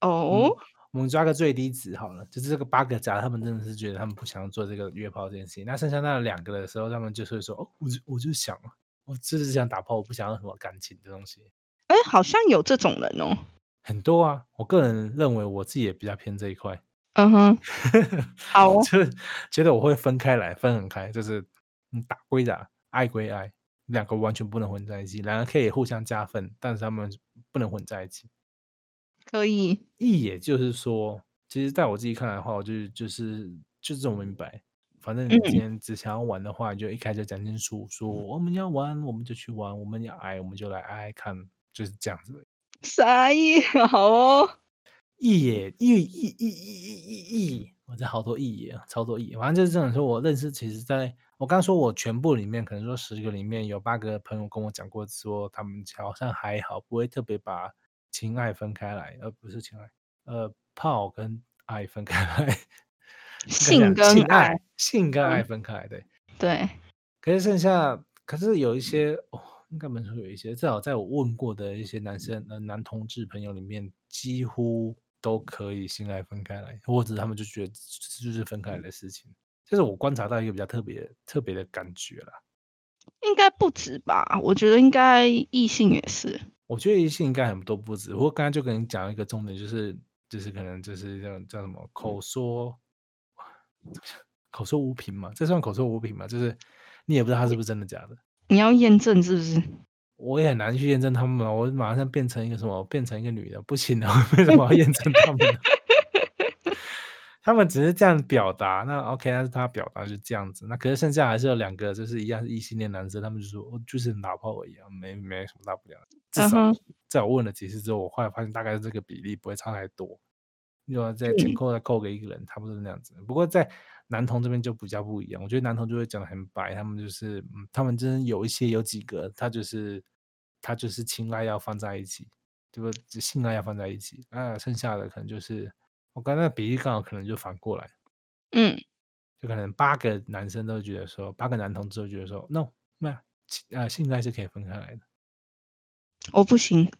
哦、我们抓个最低值好了，就是这个八个，假如他们真的是觉得他们不想做这个约炮这件事情，那剩下那两个的时候，他们就是会说，哦，我就我就想了，我就是想打炮，我不想要什么感情的东西。哎、好像有这种人哦，很多啊，我个人认为我自己也比较偏这一块。 <laughs> 嗯哼，好哦，就是觉得我会分开来，分很开，就是你打归打，爱归爱，两个完全不能混在一起。两个可以互相加分，但是他们不能混在一起。 <laughs> 可以，意也就是说，其实在我自己看来的话，我就是就是就是这么明白。反正你今天只想要玩的话，你就一开始讲清楚，说我们要玩，我们就去玩；我们要爱，我们就来爱，看就是这样子。啥意？好哦。一野一一一一一一，我这好多一野，啊，超多一野。反正就是这种说，我认识其实在我刚说我全部里面，可能说十个里面有八个朋友跟我讲过，说他们好像还好，不会特别把情爱分开来，而不是情爱，呃，炮跟爱分开来， <laughs> 性应该讲跟性爱，性跟嗯爱分开来，对。对，可是剩下，可是有一些哦，应该不能说有一些，至少在我问过的一些男生、呃男同志朋友里面，几乎都可以性爱分开来，或者他们就觉得这就是分开来的事情。这是我观察到一个比较特别特别的感觉啦。应该不止吧？我觉得应该异性也是，我觉得异性应该很多不止。我刚才就跟你讲一个重点，就是就是可能就是叫叫什么口说，口说无凭嘛，这算口说无凭嘛？就是你也不知道他是不是真的假的。你要验证是不是？我也很难去验证他们啊，我马上变成一个什么，变成一个女的，不行啊，为什么要验证他们呢？他们只是这样表达，那 OK，那是他表达就这样子。那可是剩下还是有两个，就是一样是异性恋男生，他们就说哦，就是打炮我一样，没没什么大不了。至嗯少哼在我问了几次之后，我后来发现大概是这个比例不会差太多。你要再前嗯扣再扣个一个人，差不多是那样子。不过在男同这边就比较不一样，我觉得男同就会讲的很白，他们就是，嗯，他们真的有一些有几个，他就是他就是青睐要放在一起，对不？就性爱要放在一起，那剩下的可能就是我刚才那比例刚好可能就反过来，嗯，就可能八个男生都觉得说，八个男同志都觉得说，no，那呃性爱是可以分开来的。我不行。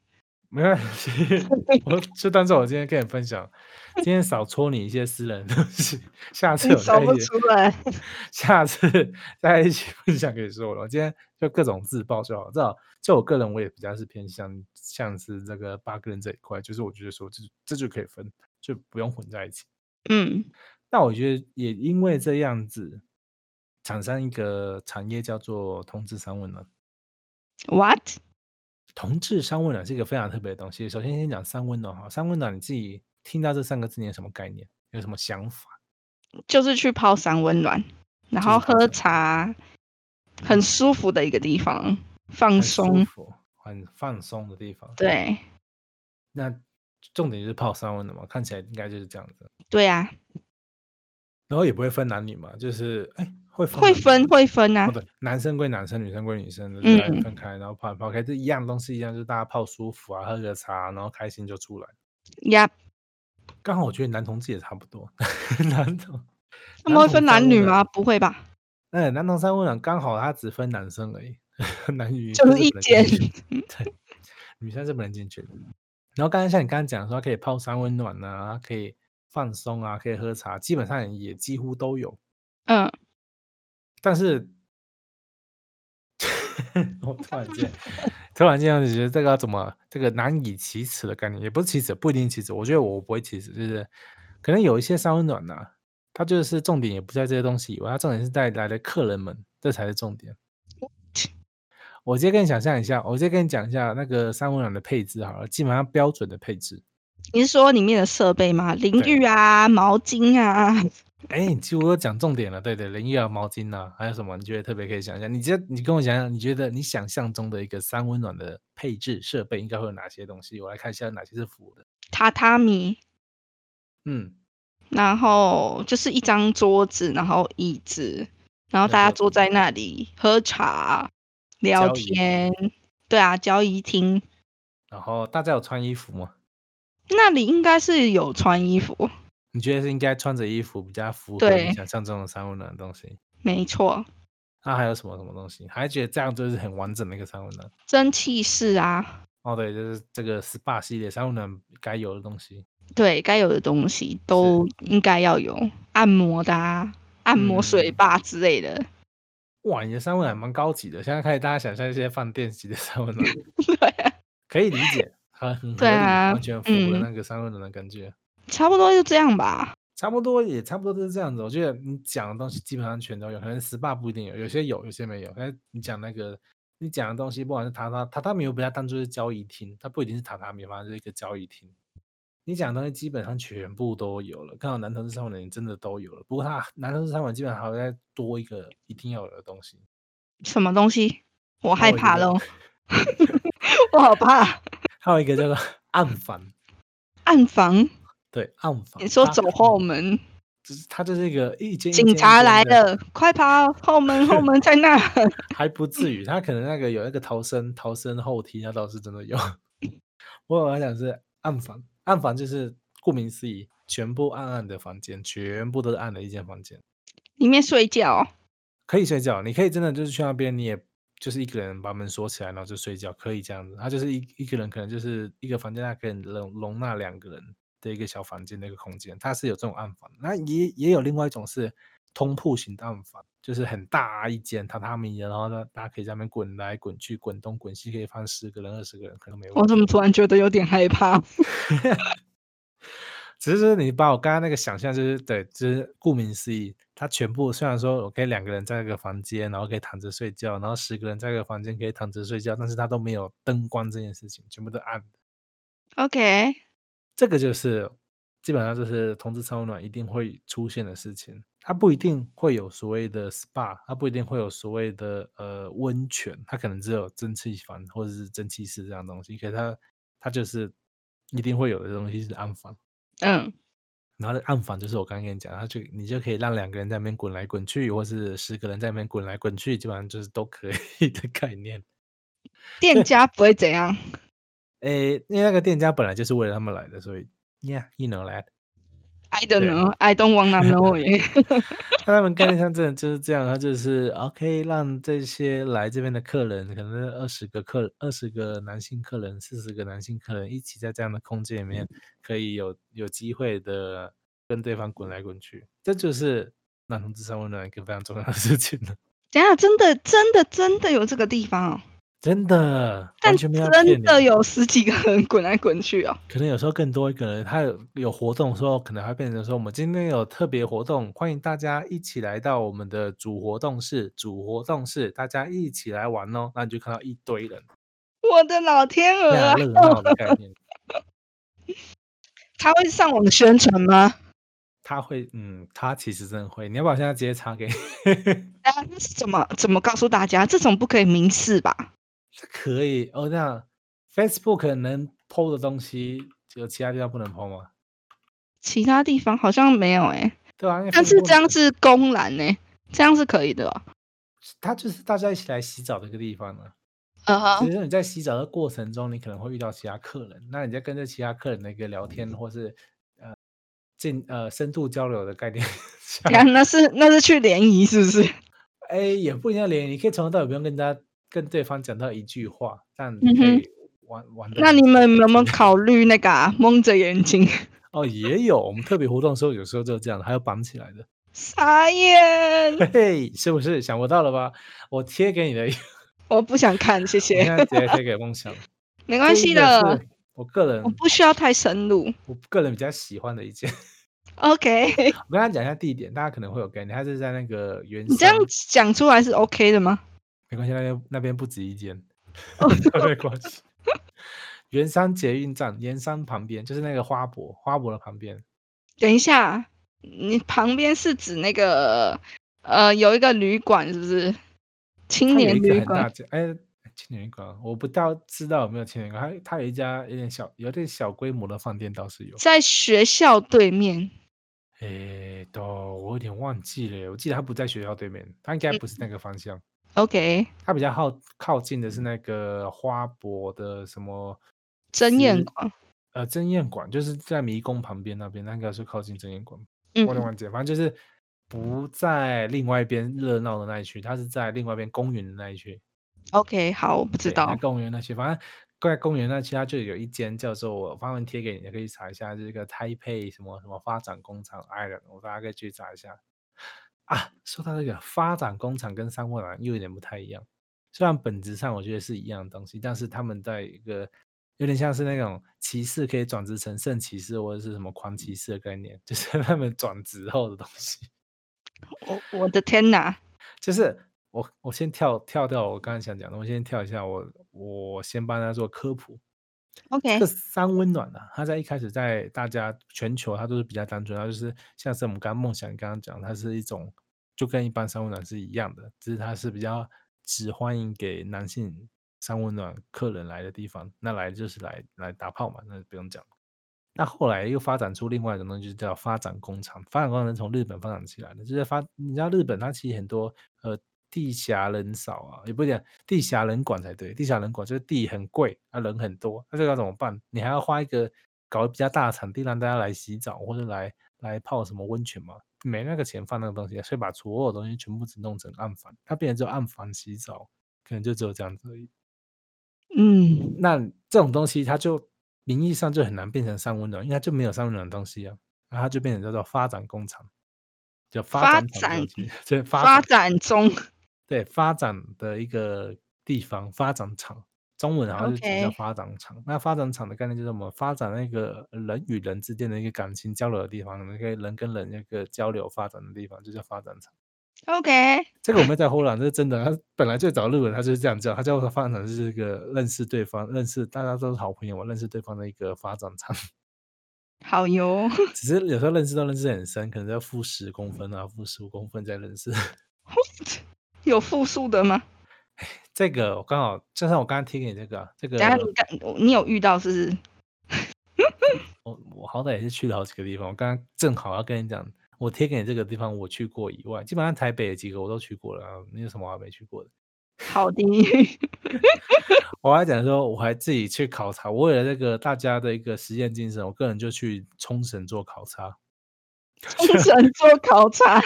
没关系， <laughs> 我就当做我今天跟你分享，今天少戳你一些私人的东西，下次你有找在不一起出来，下次 <laughs> 再一起分享给说了。我今天就各种自爆就好，至少就我个人，我也比较是偏向像是这个八个人这一块，就是我觉得说这这就可以分，就不用混在一起。嗯那我觉得也因为这样子，产生一个产业叫做同志三温暖。 ，what？同志三温暖是一个非常特别的东西。首先先讲三温暖哈，三温暖你自己听到这三个字你有什么概念？有什么想法？就是去泡山温暖，然就是后泡喝山茶，很舒服的一个地方，放很舒松。服，很放松的地方。对那重点就是泡三温暖嘛，看起来应该就是这样子。对啊，然后也不会分男女嘛，就是哎会分会男女分会分啊哦，，对，男生归男生，女生归女生，就是来嗯分开，然后泡来泡开，这一样东西一样，就是大家泡舒服啊，喝个茶，然后开心就出来。呀，刚好我觉得男同志也差不 <laughs> 多，男同他们会分男男同三女温吗？暖？不会吧？哎，男同三温暖刚好他只分男生而已，男女就生是一不能进间去 <laughs> 对，女生是不能进去的。然后刚才像你刚刚讲说，可以泡三温暖啊，可以放松啊，可以喝茶，基本上也几乎都有。嗯，但是， <laughs> 我突然间，突然间，我就觉得这个要怎么，这个难以启齿的概念，也不是启齿，不一定启齿。我觉得我不会启齿，就是可能有一些三温暖呐、它就是重点也不在这些东西以外，它重点是带来的客人们，这才是重点。我直接跟你想象一下，我直接跟你讲一下那个三温暖的配置好了，基本上标准的配置。你是说里面的设备吗？淋对浴啊，毛巾啊，哎，你几乎都讲重点了，对对，淋浴啊、毛巾啊，还有什么？你觉得特别可以想象？你觉得你跟我讲讲，你觉得你想象中的一个三温暖的配置设备应该会有哪些东西？我来看一下哪些是符合的。榻榻米，嗯，然后就是一张桌子，然后椅子，然后那大家坐桌子在那里喝茶、聊交易厅天。对啊，交易厅然后大家有穿衣服吗？那里应该是有穿衣服，你觉得是应该穿着衣服比较符合你对想象中的三温暖的东西？没错，那还有什么什么东西？还觉得这样就是很完整的一个三温暖？蒸汽室啊，哦，对，就是这个 SPA 系列三温暖该有的东西。对该有的东西都应该要有，按摩的啊，按摩水嗯吧之类的， <laughs> 哇，你的三温暖蛮高级的，现在开始大家想象一些饭店级的三温暖。对啊、可可以理解，很很合对理，啊完全符合嗯那个三温暖的感觉。差不多就这样吧。差不多也差不多都是这样子，我觉得你讲的东西基本上全都有，可能 SPA 不一定有，有些有，有些没有。但是你讲那个，你讲的东西，不管是榻榻榻榻米，我把它当做是交易厅，它不一定是榻榻米，反正就是一个交易厅。你讲的东西基本上全部都有了，刚好男同志三温暖真的都有了，不过他男同志三温暖基本上还会再多一个一定要有的东西，什么东西？我害哦有一怕个喽， <laughs> 我好怕。还有一个叫做 <laughs> 暗房，暗房，对暗房。你说它走后门，就是它就是一个一间一警间一察间来的，了，快跑！后门，后门在那。 <laughs> 还不至于。它可能那个有那个逃生逃生后梯，那倒是真的有。 <laughs> 我来讲是暗房，暗房就是顾名思义，全部暗暗的房间，全部都是暗的一间房间，里面睡觉，可以睡觉。你可以真的就是去那边，你也就是一个人把门锁起来，然后就睡觉，可以这样子。它就是一一个人，可能就是一个房间，它可以容容纳两个人的一个小房间的一个空间，它是有这种暗房。那也也有另外一种是通铺型的暗房，就是很大一间榻榻米的，然后呢，大家可以在那边滚来滚去、滚东滚西，可以放十个人、二十个人，可能没问题。我怎哦么突然觉得有点害怕？只是说你把我刚刚那个想象，就是对，就是顾名思义，它全部虽然说我可以两个人在一个房间，然后可以躺着睡觉，然后十个人在一个房间可以躺着睡觉，但是它都没有灯光这件事情，全部都暗的。 OK，这个就是基本上就是同志超温暖一定会出现的事情。它不一定会有所谓的 SPA，它不一定会有所谓的呃温泉，它可能只有蒸汽房或者是蒸汽室这样的东西。可是它它就是一定会有的东西是暗房，嗯，然后暗房就是我刚刚跟你讲，它就你就可以让两个人在那边滚来滚去，或是十个人在那边滚来滚去，基本上就是都可以 <laughs> 的概念。店家不会怎 <laughs> 样，诶，因为那个店家本来就是为了他们来的，所以 yeah，you know that。 <laughs> I don't 对 know, I don't want to <laughs> know it 那他们概念上真的就是这样，他就是 OK，让这些来这边的客人，可能二十个客，二十个男性客人，四十个男性客人一起在这样的空间里面，可以有有机会的跟对方滚来滚去，这就是男同志三温暖一个非常重要的事情了。等一下真的真的真的有这个地方哦，真的，但完全没有骗真你的有十几个人滚来滚去哦，可能有时候更多一个人，他有有活动的时候，可能还变成说，我们今天有特别活动，欢迎大家一起来到我们的主活动室，主活动室，大家一起来玩哦。那你就看到一堆人，我的老天鹅那啊！热闹的 <laughs> 概念，他会上网宣传吗？他会，嗯，他其实真的会。你要不要现在直接查给你？ <laughs> 啊，那是怎么怎么告诉大家？这种不可以明示吧？这可以哦，这样 Facebook 能 PO 的东西，有其他地方不能 PO 吗？其他地方好像没有哎、对啊，因为但是 Facebook 这样是公然呢、欸这样是可以的哦。它就是大家一起来洗澡的一个地方啊呢、嗯只哼，是说你在洗澡的过程中，你可能会遇到其他客人，那你在跟着其他客人的一个聊天，嗯或是呃进呃深度交流的概念 <laughs> 下，呀，那是那是去联谊是不是？哎，也不一定要连，你可以从头到尾不用跟他跟对方讲到一句话，但你嗯可哼以玩、玩得那很你们开有没有心考虑那个、啊、蒙着眼睛？ <laughs> 哦？也有我们特别活动的时候，有时候就是这样，还有绑起来的，傻眼， <laughs> 嘿嘿，是不是想不到了吧？我贴给你的，我我不想看，谢谢，现在直接贴给梦想，没没关系的，。我个人我，不需要太深入。我个人比较喜欢的一件， OK，我跟大家讲一下地点，大家可能会有概念，它是在那个原你这样山讲出来是 OK 的吗？没关系，那边那边不止一间，哦 <laughs> 没关系。圆山捷运站，圆山旁边就是那个花博，花博的旁边，等一下，你旁边是指那个呃，有一个旅馆是不是？青它有年一个旅很大馆间，哎，青年旅馆，我不到知道有没有青年旅馆，它它有一家有点小，有点小规模的饭店倒是有，在学校对面，哎，都我有点忘记了，我记得它不在学校对面，它应该不是嗯那个方向， OK，它比较靠靠近的是嗯那个花博的什么睁眼是光，呃，针燕馆就是在迷宫旁边那边，那个是靠近针燕馆，我的嗯，忘记了，反正就是不在另外一边热闹的那一区，它是在另外一边公园的那一区。 OK，好，我不知对那道。公园那区，反正在公园那区，它就有一间叫做我发文贴给你，可以查一下，这个 Taipei 什么什么发展工厂 Island，我大家可以去查一下。啊，说到这个发展工厂跟三温暖又有点不太一样，虽然本质上我觉得是一样的东西，但是他们在一个有点像是那种骑士可以转职成圣骑士或者是什么狂骑士的概念， <laughs> 就是他们转职后的东西。我我的天哪，就是我我先跳跳掉我刚才想讲的，我先跳一下，我我先帮大家做科普。 OK，这个三温暖呢、啊，它在一开始在大家全球它都是比较单纯，它就是像是我们刚刚梦想刚刚讲，它是一种就跟一般三温暖是一样的，只是它是比较只欢迎给男性三温暖客人来的地方，那来就是来来打炮嘛，那不用讲。那后来又发展出另外一种东西，就是叫发展工厂。发展工厂是从日本发展起来的，就是发你知道日本它其实很多呃地狭人少啊，也不讲地狭人管才对，地狭人管就是地很贵啊，人很多，那这个要怎么办？你还要花一个搞得比较大的场地让大家来洗澡或者来来泡什么温泉嘛，没那个钱放那个东西，啊所以把所有东西全部只弄成暗房，它变成只有暗房洗澡，可能就只有这样子而已。嗯，那这种东西它就名义上就很难变成三温暖，因为它就没有三温暖的东西啊，然后它就变成叫做发展工厂，就发发展厂这展种东西，对发发展展中对发展的一个地方，发展场，中文好像就只叫 OK 发展场。那发展场的概念就是我们发展那个人与人之间的一个感情交流的地方，那个人跟人那个交流发展的地方，就叫发展场。 ，OK，这个我没在胡乱，这是真的。他本来最早日本他就是这样叫，他叫发展场是一个认识对方、认识大家都是好朋友嘛，认识对方的一个发展场。 <laughs> 好油，只是有时候认识都认识很深，可能要负十公分啊，负十五公分再认识。 <laughs> 有复数的吗？这个我刚好，就像我刚刚贴给你这个啊，这个等下你干，你有遇到是不是？我我好歹也是去了好几个地方，我刚刚正好要跟你讲，我贴给你这个地方我去过以外，基本上台北的几个我都去过了啊，你有什么我还没去过的？好的， <laughs> 我还讲说，我还自己去考察，我为了这个大家的一个实验精神，我个人就去冲绳做考察，冲绳做考察，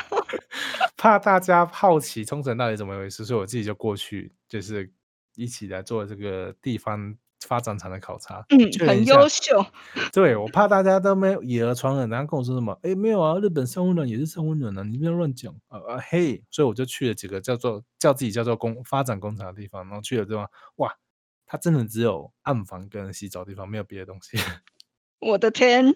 怕大家好奇冲绳到底怎么回事，所以我自己就过去，就是一起来做这个地方发展厂的考察。嗯，确认很一下优秀，对我怕大家都没有以讹传讹，然后跟我说什么，哎，没有啊，日本三温暖也是三温暖啊，你不要乱讲啊啊嘿，所以我就去了几个叫做叫自己叫做工发展工厂的地方，然后去了之后，哇，它真的只有暗房跟洗澡地方，没有别的东西。我的天，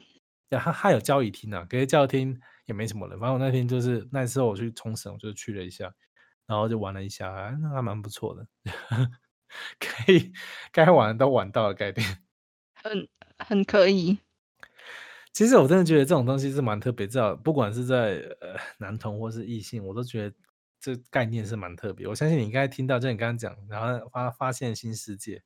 然后它有交易厅啊，可是交易厅也没什么人，反正我那天就是那时候我去冲绳，我就去了一下，然后就玩了一下，啊那还蛮不错的， <laughs> 可以该玩的都玩到了，概念。很很可以，其实我真的觉得这种东西是蛮特别，至少不管是在呃男同或是异性，我都觉得这概念是蛮特别。我相信你应该听到，就你刚刚讲，然后发发现新世界，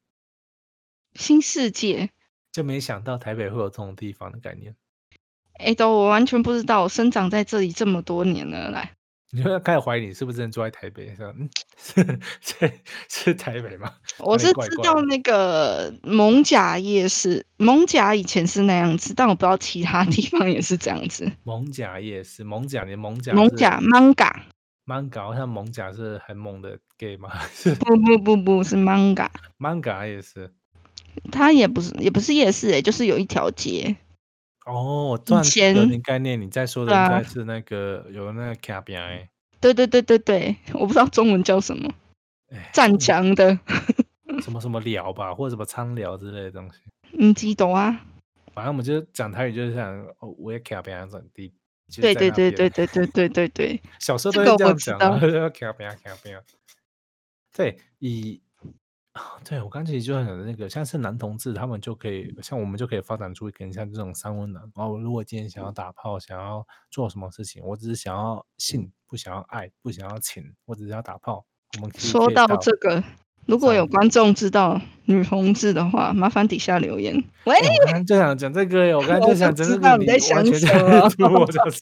新世界。就没想到台北会有这种地方的概念。 <laughs> 哎，都我完全不知道，我生长在这里这么多年了，来，你就会开始怀疑你是不是真的住在台北？说嗯， <laughs> 是是是台北吗？我哪里是哎怪知怪道的那个蒙甲夜市，蒙甲以前是那样子，但我不知道其他地方也是这样 <laughs> 子。蒙甲夜市，蒙甲你的蒙甲蒙是甲 manga， manga，好像蒙甲是很猛的 gay 吗？ <laughs> 是不不不不是 manga， manga 也是。它也不是也不是夜市、欸，就是有一条街。哦，我突然有前点概念，你在说的对应啊该是那个、有那个卡比埃。对对对对对，我不知道中文叫什么，哎站墙的，什么什么聊吧，或者什么苍聊之类的东西。嗯，记得啊。反正我们就是讲台语，就是想哦，我也卡边怎地。就是对在对那对对边，对对对对对，小时候这个都会这我样知讲道啊，就是卡边卡边。对，以啊对我刚才就想那个，像是男同志，他们就可以，像我们就可以发展出可能像这种三温暖。哦，如果今天想要打炮，想要做什么事情，我只是想要性，不想要爱，不想要情，我只是要打炮。我们可以说可以到这个，如果上有观众知道女同志的话，麻烦底下留言。喂，哎我刚刚就想讲这个耶，我刚刚哎我就就想讲知这道个，你在想完全什 <laughs> 么出我的事，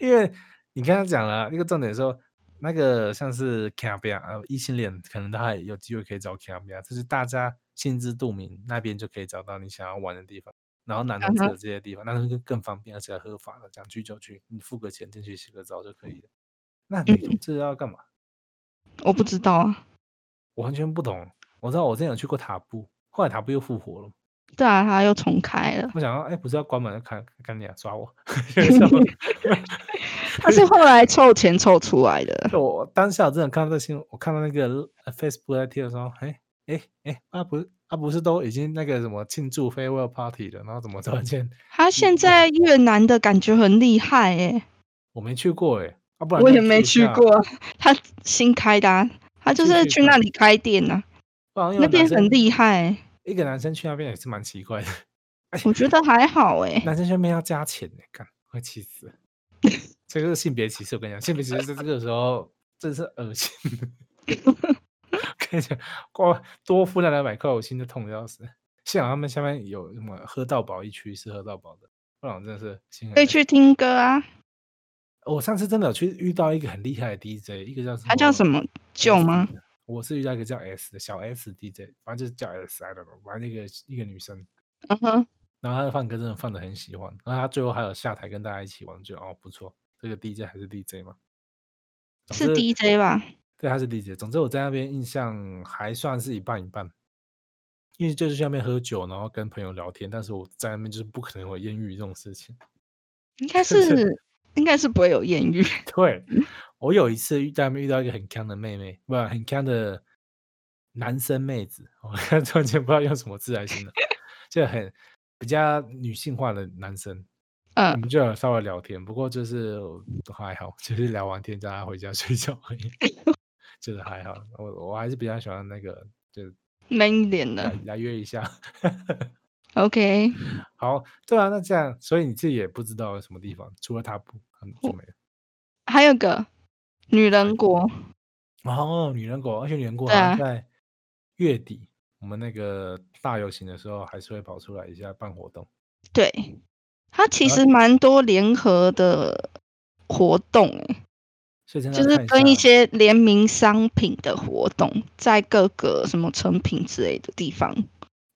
因为你刚刚讲了那个重点说，那个像是 k a b 啊，异性恋可能他还有机会可以找 k a b 就是大家心知肚明，那边就可以找到你想要玩的地方。然后男同志嗯的这些地方，那就更更方便，而且还合法的，想去就去，你付个钱进去洗个澡就可以了。那女嗯同志要干嘛？我不知道啊。我完全不懂。我知道我之前有去过塔布，后来塔布又复活了。对啊，它又重开 <laughs> 了。我想到，哎、不是要关门，看看你啊，抓我！ <laughs> 就是 <laughs> 这种他是后来凑钱凑出来的。 <laughs> 就我当下我真的看到这新闻，我看到那个呃 Facebook 在贴的时候，哎哎哎，啊不啊不是都已经那个什么庆祝 farewell party 了，然后怎么突然间他现在越南的感觉很厉害哎、我没去过哎、啊不然我就也没一去下， <laughs> 过啊，他新开的、啊，他就继是续去那看里开店呐、啊，不然因为那边男生很厉害欸、一个男生去那边也是蛮奇怪的，我觉得还好哎、男生哎去那边要加钱呢、干会气死 <laughs> 了。这个是性别歧视，我跟你讲，性别歧视在这个时候真是恶心的。 <laughs> 我跟你讲，光多付那两百块，我心就痛的要死。幸好他们下面有什么喝到饱一区是喝到饱的，不然我真的是心很可以累。去听歌哦啊，我上次真的有去遇到一个很厉害的 DJ，一个叫什么？他叫什么舅 S 吗？的？我是遇到一个叫 S 的小 S DJ，反正就是叫 S，I don't know，反正一个一个女生，嗯哦哼，然后他的放歌真的放的很喜欢，然后他最后还有下台跟大家一起玩，我觉得哦不错，这个 DJ 还是 DJ 嘛，总是之 DJ 吧？对，他是 DJ。总之我在那边印象还算是一半一半，因为就是去那边喝酒，然后跟朋友聊天，但是我在那边就是不可能有艳遇这种事情。 <laughs> 应该是是是，应该是不会有艳遇。对，我有一次遇在那边遇到一个很强的妹妹，不，很强的男生妹子，我 <laughs> 突然间不知道用什么字来形容，就很比较女性化的男生，我嗯，们就有稍微聊天，不过就是都还好， <laughs> 就是聊完天叫他回家睡觉 <laughs> 而已，就是还好。 <laughs> 我我还是比较喜欢那个，就是嗯闷一点的来。来约一下。 OK， <laughs> 好，对啊，那这样，所以你自己也不知道有什么地方，除了塔布，嗯就没了。还有个女人国，哦，女人国，而且女人国好对像啊在月底我们那个大游行的时候，还是会跑出来一下办活动。对，它其啊实蛮多联合的活动、欸，所以真的就要是看跟一下些联名商品的活动，在各个什么成品之类的地方。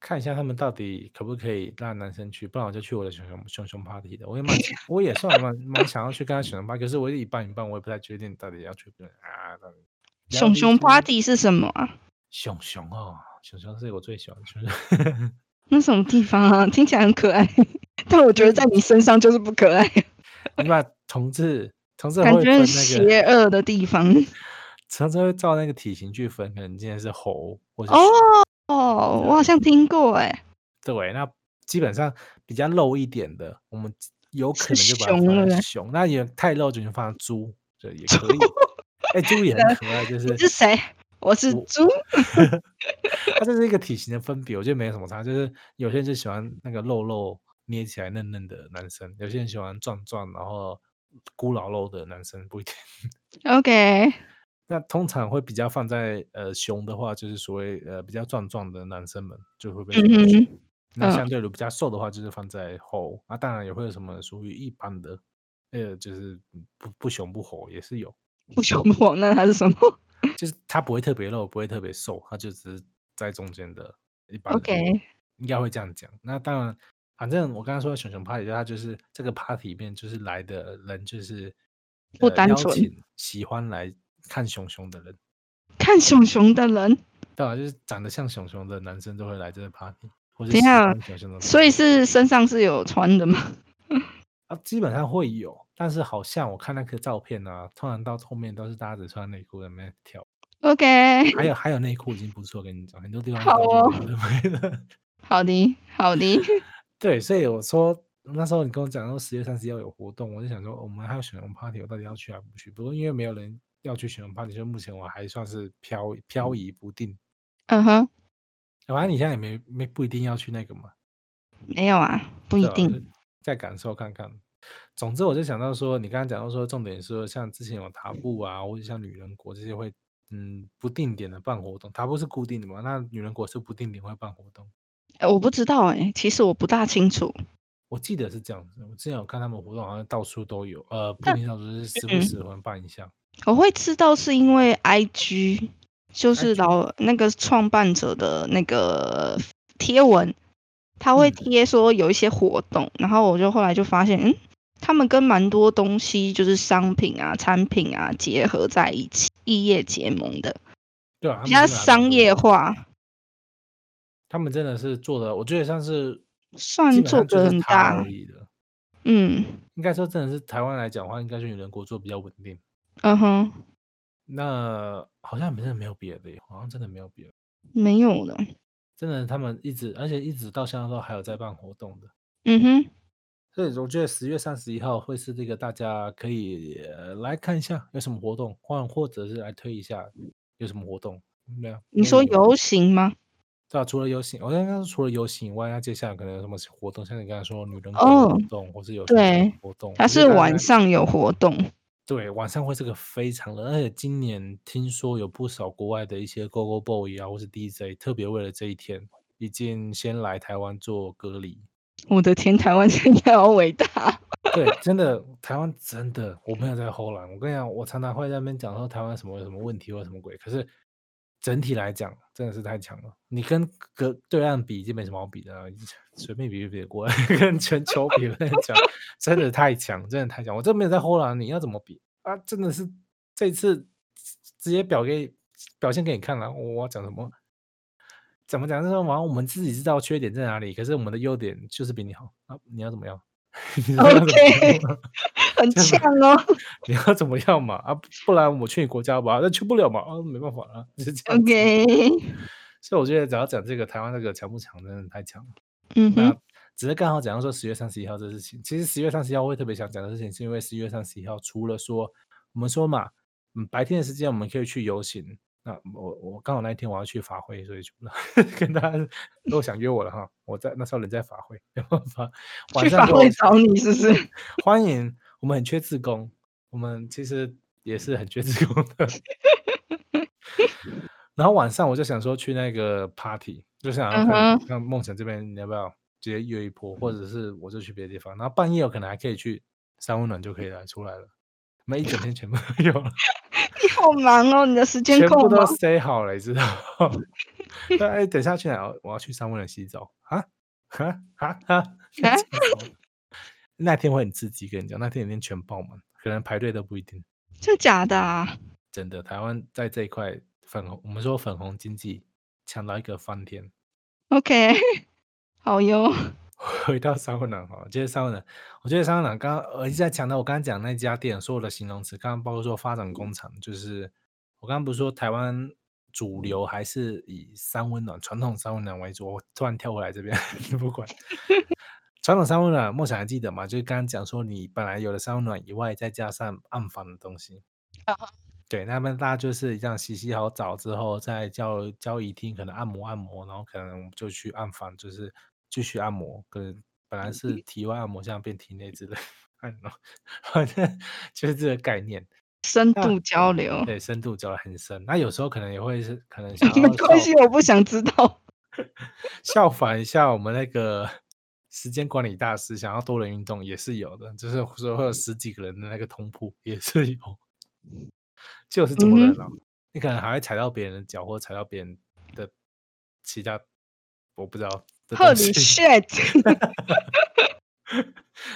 看一下他们到底可不可以让男生去，不然我就去我的熊熊熊熊 party 的。我也蛮想，我也算蛮蛮想要去跟他熊熊 party，可是我一半一半，我也不太确定到底要去不能啊。到底你要熊去熊去 party 是什么啊？熊熊哦，熊熊是我最喜欢的熊熊。 <laughs> 那什么地方啊？ <laughs> 听起来很可爱，但我觉得在你身上就是不可爱，你把同志同志感会觉分很那个，邪恶的地方。同志会照那个体型去分，可能今天是猴或者哦哦，我好像听过、欸，对，那基本上比较肉一点的，我们有可能是就把它熊对放不在对熊，那也太肉就放在猪，这也可 <laughs> 以。哎、猪也很可爱，就是你是谁？我是我猪，它这是一个体型的分别，我觉得没什么差。就是有些人就喜欢那个肉肉捏起来嫩嫩的男生，有些人喜欢壮壮然后孤老肉的男生不一定。 OK，那通常会比较放在呃熊的话，就是所谓呃比较壮壮的男生们就会被嗯称为熊。哼，那嗯相对于比较瘦的话，就是放在猴啊，当然也会有什么属于一般的，呃，就是不不熊不猴也是有，不熊不王，那它是什么 <laughs> 就是它不会特别肉，不会特别瘦，它就只是在中间的一般的那个？OK，应该会这样讲。那当然，反正我刚刚说的熊熊 party，它就是这个 party 里面就是来的人就是不呃单邀纯请喜欢来看熊熊的人，看熊熊的人，对啊，就是长得像熊熊的男生都会来这个 party，或者等一喜下欢熊熊的，所以是身上是有穿的吗？啊，基本上会有，但是好像我看那个照片啊，通常到后面都是大家只穿内裤在那边跳， OK， <laughs> 还有还有内裤已经不错，跟你讲，很多地方好都哦是没了。好的，好的， <laughs> 对，所以我说那时候你跟我讲说十月三十要有活动，我就想说我们还有选人 party，我到底要去还不去？不过因为没有人要去选人 party，所以目前我还算是飘漂移不定。嗯哼，反正你现在也没没不一定要去那个嘛，没有啊，不一对啊定。，就再感受看看。总之，我就想到说，你刚刚讲到说，重点是像之前有塔布啊，或者像女人国这些会，嗯，不定点的办活动。塔布是固定的嘛，那女人国是不定点会办活动。呃我不知道哎、其实我不大清楚。我记得是这样子，我之前有看他们活动，好像到处都有，呃，不那一定到处是时不嗯时会办一下。我会知道是因为 IG，就是 IG 老那个创办者的那个贴文，他会嗯贴说有一些活动，然后我就后来就发现，嗯，他们跟蛮多东西，就是商品啊、产品啊结合在一起，异业结盟的，对啊，他比们较真的还蛮商多业的，化，他们真的是做的，我觉得像是基算本做上就得是很他大而。已的。嗯应该说，真的是台湾来讲的话，应该是女人国做比较稳定。嗯哼，那好像真的没有别的耶，好像真的没有别的。没有的。真的，他们一直，而且一直到现在都还有在办活动的。嗯哼，所以我觉得十月三十一号会是这个大家可以、呃、来看一下有什么活动，或或者是来推一下有什么活动。啊没有？你没说有游行吗？对啊，除了游行，我刚刚说除了游行以外，那接下来可能有什么活动？像你刚才说女人国的活哦动，或是有对活动，它我觉是得大家晚上有活动。对，晚上会是个非常热，而且今年听说有不少国外的一些 Go Go Boy 啊，或是 DJ，特别为了这一天，已经先来台湾做隔离。我的天，台湾现在好伟大。对，真的，台湾真的，我朋友在后来，我跟你讲，我常常会在那边讲说台湾什么有什么问题或什么鬼，可是整体来讲真的是太强了。你跟隔对岸比已经没什么好比的了， <laughs> 随便比就比得过来，跟全球比我跟你讲，真的太强，真的太强。我这没有在后来，你要怎么比啊？真的是这次直接表给表现给你看了，我要讲什么？怎么讲？就是好像我们自己知道缺点在哪里，可是我们的优点就是比你好啊！你要怎么样？ <laughs> 你知道要怎么 OK 样 <laughs> 很真的呛哦。你要怎么样嘛？啊，不然我去你国家吧，那去不了嘛，啊，没办法啊，就是这样子。 OK，所以我觉得只要讲这个台湾那个强不强，真的太强了。嗯那哼，只是刚好讲到说十月三十一号这事情，其实十月三十一号我会特别想讲的事情，是因为十月三十一号除了说我们说嘛，嗯，白天的时间我们可以去游行，那我我刚好那一天我要去法会，所以就 <laughs> 跟大家如果想约我了哈，我在那时候人在法会，没办法，晚去上法跟我会找你是不 <laughs> 是？欢迎，我们很缺自工，我们其实也是很缺自工的。 <laughs> 然后晚上我就想说去那个 party，就想要看嗯像梦想这边你要不要直接约一波，或者是我就去别的地方。然后半夜我可能还可以去三温暖就可以来出来了，那一整天全部都有了，你好忙哦，你的时间全够部都吗？塞好了，你知道吗？ <laughs> 对，哎，等一下去哪？我要去三温暖洗澡啊啊啊啊！啊 <laughs> 那天会很刺激，跟你讲，那天一定全爆满，可能排队都不一定。真的假的啊？真的，台湾在这一块粉红，我们说粉红经济抢到一个翻天。 <laughs> OK，好哟。回到三温暖哈，就是三温暖，我觉得三温暖刚刚我一直在强调我刚刚讲那家店所有的形容词，刚刚包括说发展工厂，就是我刚刚不是说台湾主流还是以三温暖传统三温暖为主，我突然跳回来这边 <laughs> 不管传统三温暖，梦想还记得吗？就是刚刚讲说你本来有了三温暖以外，再加上暗房的东西。啊对，那么大家就是这样洗洗好澡之后，在交交易厅可能按摩按摩，然后可能我们就去暗房，就是继续按摩，可能嗯本来是体外按摩，现在变体内之类，按摩， <laughs> 反正就是这个概念。深那度交流。对，深度走得很深。那有时候可能也会是可能想 <laughs> 没要关系，效我不想知 <laughs> 道。效仿一下我们那个时间管理大师，想要多人运动也是有的，就是说会有十几个人的那个通铺也是有，就是这么热嗯闹。你可能还会踩到别人的脚，或踩到别人的其他，我不知道的东 Holy 西。 <laughs> shit！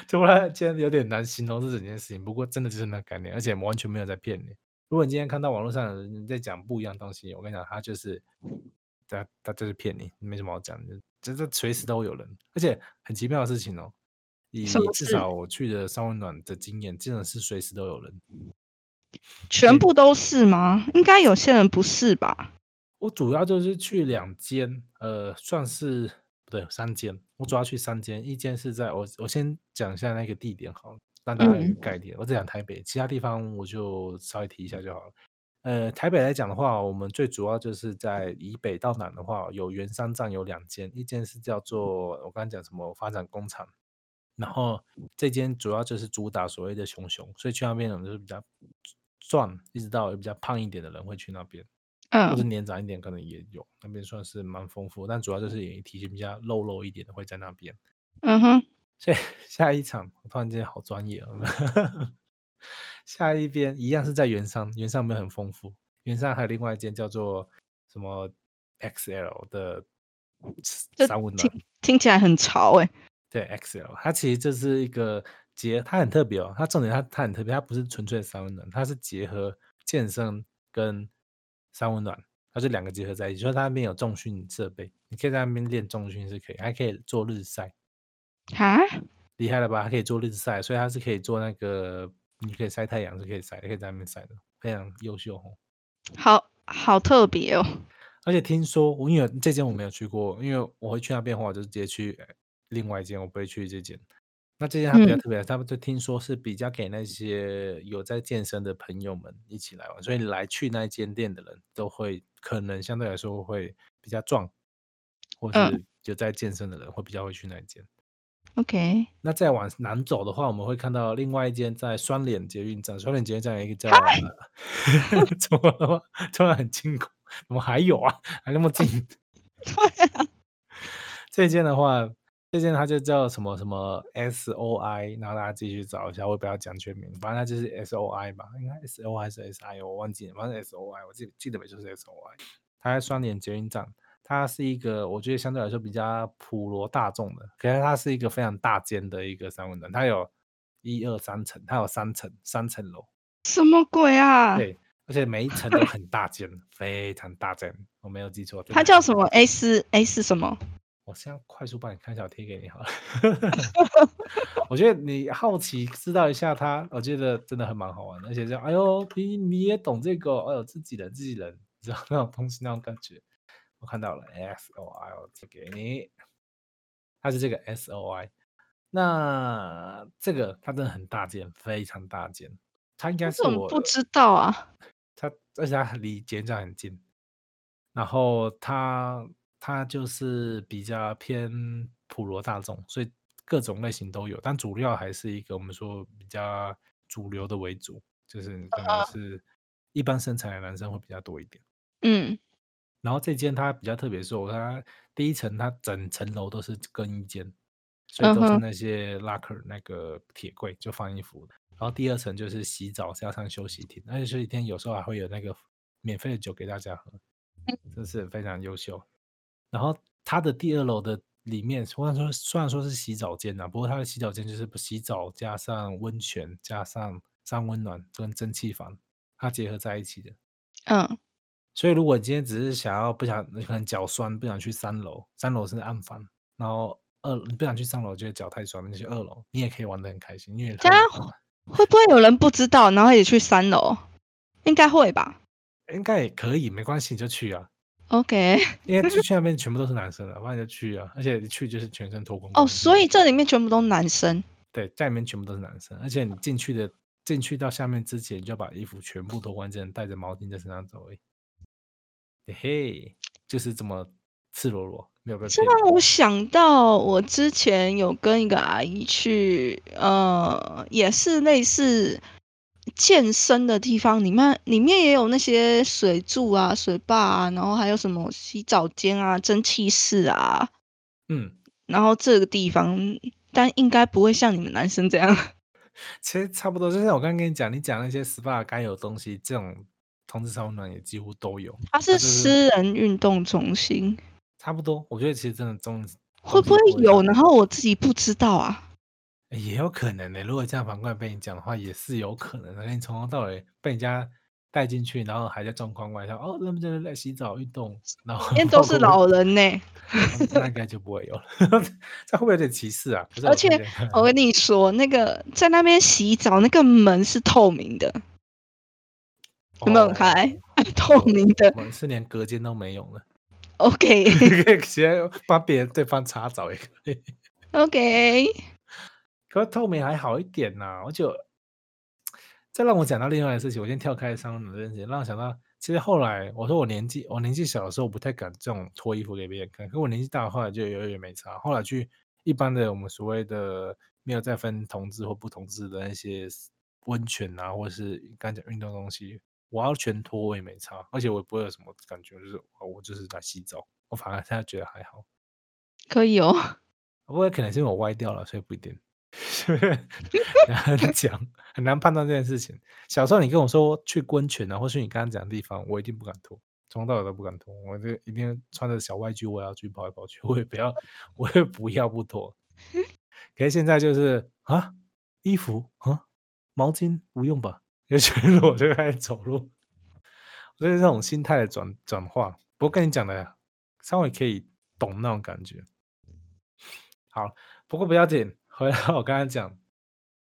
突然间有点难形容这整件事情，不过真的就是那个概念，而且完全没有在骗你。如果你今天看到网络上有人在讲不一样的东西，我跟你讲，他就是他他就是骗你，没什么好讲的，这这随时都有人。而且很奇妙的事情哦，以什么至事少我去的三温暖的经验，真的是随时都有人。全部都是吗？应该有些人不是吧？我主要就是去两间，呃，算是不对，三间。我主要去三间，一间是在我我先讲一下那个地点好了，让大家有嗯个概念。我只讲台北，其他地方我就稍微提一下就好了。呃，台北来讲的话，我们最主要就是在以北到南的话，有圆山站有两间，一间是叫做我刚才讲什么发展工厂，然后这间主要就是主打所谓的熊熊，所以去那边的人就是比较壮，一直到比较胖一点的人会去那边。或是嗯，年长一点可能也有，那边算是蛮丰富，但主要就是也体型比较肉肉一点的会在那边。嗯哼，所以 <laughs> 下一场，我突然间好专业哦。 <laughs> 下一边一样是在原上，原上没有很丰富，原上还有另外一间叫做什么 XL 的就三温暖听，听起来很潮哎、欸对 XL，它其实就是一个结，它很特别哦。它重点它它很特别，它不是纯粹的三温暖，它是结合健身跟三温暖，它是两个结合在一起。所以它那边有重训设备，你可以在那边练重训是可以，还可以做日晒，哈，厉害了吧？还可以做日晒，所以它是可以做那个，你可以晒太阳是可以晒，可以在那边晒的，非常优秀哦。好好特别哦。而且听说，我因为这间我没有去过，因为我会去那边的话，我就直接去呃另外一间，我不会去这间。那这间它比较嗯特别，他们就听说是比较给那些有在健身的朋友们一起来玩，所以来去那间店的人都会可能相对来说会比较壮，或嗯是有在健身的人会比较会去那间。 OK，那再往南走的话，我们会看到另外一间在双连捷运站，双连捷运站有一个叫……呃怎么了 <laughs> 吗？突然很惊恐，怎么还有啊？还那么近？ <laughs> 这间的话，这间它就叫什么什么 S O I，然后大家继续找一下，我也不要讲全名，反正它就是 S O I 吧，应该 S O I 还是 S I，我忘记了，反正 S O I，我记得记得没就是 S O I。它在双连捷运站，它是一个我觉得相对来说比较普罗大众的，可是它是一个非常大间的一个三温暖，它有一二三层，它有三层三层楼，什么鬼啊？对，而且每一层都很大间，非常大间，我没有记错。真它的叫很什大么间 S S 什么？我现在快速帮你看一下，我贴给你好了。我觉得你好奇知道一下它，我觉得真的很蛮好玩的，而且这样，哎呦，你你也懂这个哦，哎呦，自己人自己人，你知道那种东西那种感觉。我看到了 S O I，我贴给你，它是这个 S O I。那这个它真的很大件，非常大件，它应该我是怎么我不知道啊？它而且它离捷运站很近，然后它它就是比较偏普罗大众，所以各种类型都有，但主要还是一个我们说比较主流的为主，就是你可能是一般身材的男生会比较多一点。嗯，然后这间它比较特别，是我它第一层它整层楼都是更衣间，所以都嗯是哼那些 locker 那个铁柜就放衣服的。然后第二层就是洗澡加上休息厅，而且休息厅有时候还会有那个免费的酒给大家喝，嗯真是非常优秀。然后它的第二楼的里面，虽然说虽然说是洗澡间啊，不过它的洗澡间就是洗澡加上温泉加上上温暖跟蒸汽房，它结合在一起的。嗯，所以如果你今天只是想要不想，你可能脚酸不想去三楼，三楼是暗房，然后二你不想去三楼，觉得脚太酸，你去二楼，你也可以玩得很开心，因为这它有样房会不会有人不知道，然后也去三楼？应该会吧。应该也可以，没关系，你就去啊， OK，因为去去那边全部都是男生的，那你就去啊，而且你去就是全身脱光哦，光的所以这里面全部都男生。对，在里面全部都是男生，而且你进去的进去到下面之前，你就把衣服全部脱光，只能带着毛巾在身上走而已，嘿嘿，就是这么赤裸裸，没有被这骗让我想到，我之前有跟一个阿姨去，呃，也是类似健身的地方，里面里面也有那些水柱啊、水坝啊，然后还有什么洗澡间啊、蒸汽室啊，嗯。然后这个地方，但应该不会像你们男生这样。其实差不多，就像我刚刚跟你讲，你讲那些 SPA 该有的东西，这种同志温暖也几乎都有，它就是是私人运动中心，差不多。我觉得其实真的中会不不一会样有？然后我自己不知道啊。诶也有可能呢、如果这样反过来被你讲的话，也是有可能的。你从头到尾被人家带进去，然后还在状况外，说哦，那么就是在洗澡、运动，然后因为都是老人呢、哦那应该就不会有了。 <laughs> 这会不会有点歧视啊？不是而且我看见我跟你说，那个在那边洗澡，那个门是透明的，有没有很开？ <laughs> 透明的哦我们是连隔间都没有了， ，OK <laughs> 可以直接帮别人对方擦澡也可以。 <laughs> OK， <laughs> 可是透明还好一点呐、我就再让我讲到另外的事情，我先跳开上的这件事情，让我想到，其实后来我说我年纪我年纪小的时候不太敢这种脱衣服给别人看，可我年纪大了后来就有点没差，后来去一般的我们所谓的没有再分同志或不同志的那些 s- 温泉啊，或是刚才讲运动东西，我要全脱我也没差，而且我也不会有什么感觉，就是哦我就是来洗澡，我反而现在觉得还好。可以哦。不过可能是因为我歪掉了，所以不一定。很难讲，很难判断这件事情。小时候你跟我说去温泉啊，或是你刚刚讲的地方，我一定不敢脱，从头到尾都不敢脱。我就一定穿着小外裤，我也要去跑来跑去，我也不要，我也不要不脱。可是现在就是啊，衣服啊，毛巾不用吧，就全裸就开始走路，就是这种心态的转转化。不过跟你讲的稍微可以懂那种感觉。好，不过不要紧，回到我刚才讲，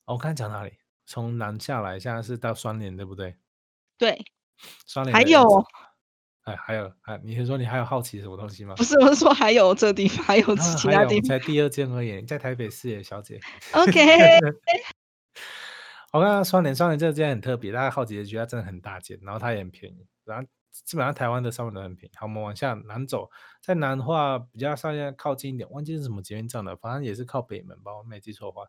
哦我刚才讲哪里？从南下来，现在是到双连，对不对？对，双连还的 N 有字，哎，还有，还你是说你还有好奇什么东西吗不？是我是说还有这地方，还有啊其还他有地方。才第二间而已，在台北市耶，小姐。 <laughs> OK，我刚刚双联双联这间很特别，大家好奇的觉得它真的很大间，然后它也很便宜，然后基本上台湾的双联都很便宜。好，我们往下南走，在南的话比较上下靠近一点，忘记是什么捷运站了，反正也是靠北门吧，我没记错的话，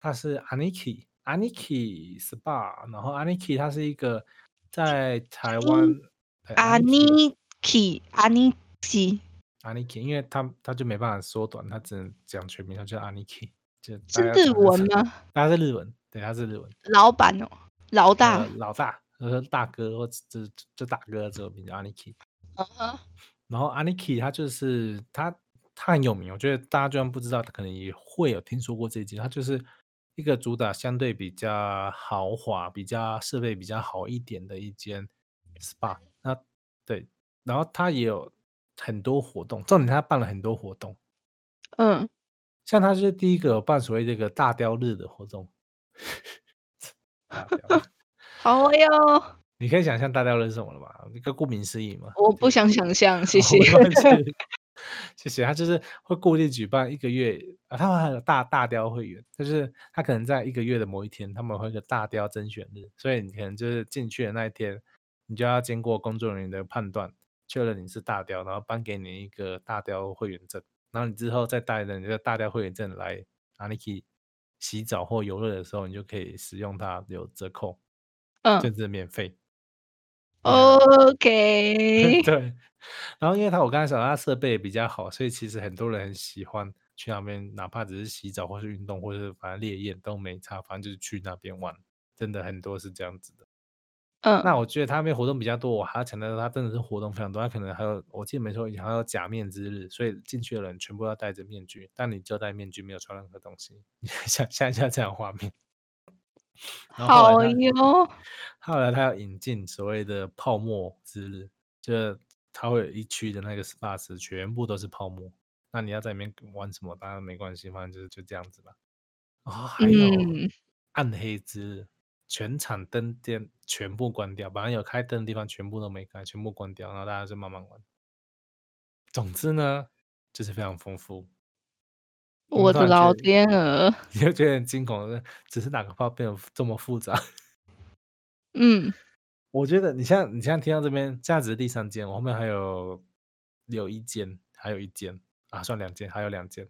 它是 Aniki Aniki SPA，然后 Aniki 它是一个在台湾哎阿 Aniki 尼基，阿尼基， Aniki，因为它它就没办法缩短，它只能讲全名，它叫 Aniki，就是日文？吗？它是日文，对，它是日文。老板哦，老大呃。老大，呃大哥或者就就大哥这个名叫 Aniki。嗯哼然后 Aniki 他就是他他很有名，我觉得大家就算不知道，可能也会有听说过这一间。他就是一个主打相对比较豪华、比较设备比较好一点的一间 SPA。那对，然后他也有很多活动，重点他办了很多活动，嗯，像他是第一个有办所谓这个大雕日的活动。 <laughs> 大雕日哦好哟，你可以想象大雕日是什么了吧？一个顾名思义嘛。我不想想象，哦谢 <laughs> 哦谢。没 <laughs> 关系谢谢。他就是会固定举办一个月啊，他们还有大大雕会员，就是他可能在一个月的某一天，他们会有一个大雕甄选日，所以你可能就是进去的那一天，你就要经过工作人员的判断，确认你是大雕，然后颁给你一个大雕会员证，然后你之后再带着你的大雕会员证来 Aniki 洗澡或游乐的时候，你就可以使用它有折扣，甚 <laughs> 嗯至免费。哦，OK， <laughs> <laughs> 对，然后因为它我刚才讲它设备比较好，所以其实很多人很喜欢去那边，哪怕只是洗澡或是运动，或是反正烈焰都没差，反正就是去那边玩，真的很多是这样子的。嗯那我觉得他那边活动比较多，我还要强调他真的是活动非常多，他可能还有我记得没错，以前还有假面之日，所以进去的人全部要戴着面具，但你就戴面具，没有穿任何东西。 <laughs> 你想象一下这样的画面。 <laughs> 然后好后哦来他哟，后来他要引进所谓的泡沫之日，就是他会有一区的那个 SPA 池全部都是泡沫，那你要在里面玩什么，当然没关系，反正就是就这样子吧。啊、还有嗯暗黑之日，全场灯电全部关掉，本来有开灯的地方全部都没开，全部关掉，然后大家就慢慢玩。总之呢，就是非常丰富。 <laughs> 们我突的然觉老得天鹅，你就觉得很惊恐，呃只是哪个泡变得这么复杂？嗯我觉得你像你像听到这边，这样子是第三间，我后面还有有一间，还有一间啊，算两间，还有两间。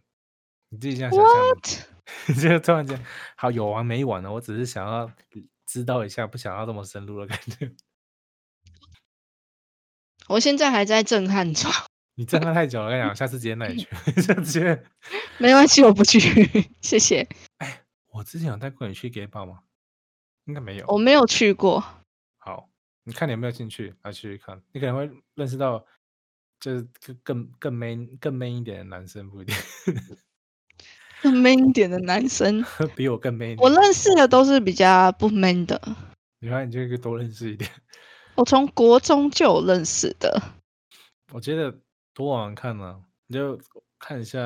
你自己这样想象， ，what？你 <laughs> 就突然间好有完没完呢？我只是想要知道一下，不想要这么深入的感觉。 <laughs> 我现在还在震撼中，你站那太久了，我跟你讲，下次直接带你去， <laughs> 下次直接。没关系，我不去， <laughs> 谢谢，我之前有带过你去 gay bar 吗？应该没有。我没有去过，好，你看你有没有兴趣，来去看，你可能会认识到，就是更更更 man 更 man 一点的男生，不一定 <laughs> 更 man 一点的男生，比我更 man 一点。我认识的都是比较不 man 的，你看，你就可以多认识一点。 <laughs> 我从国中就有认识的，我觉得多往看呢、你就看一下。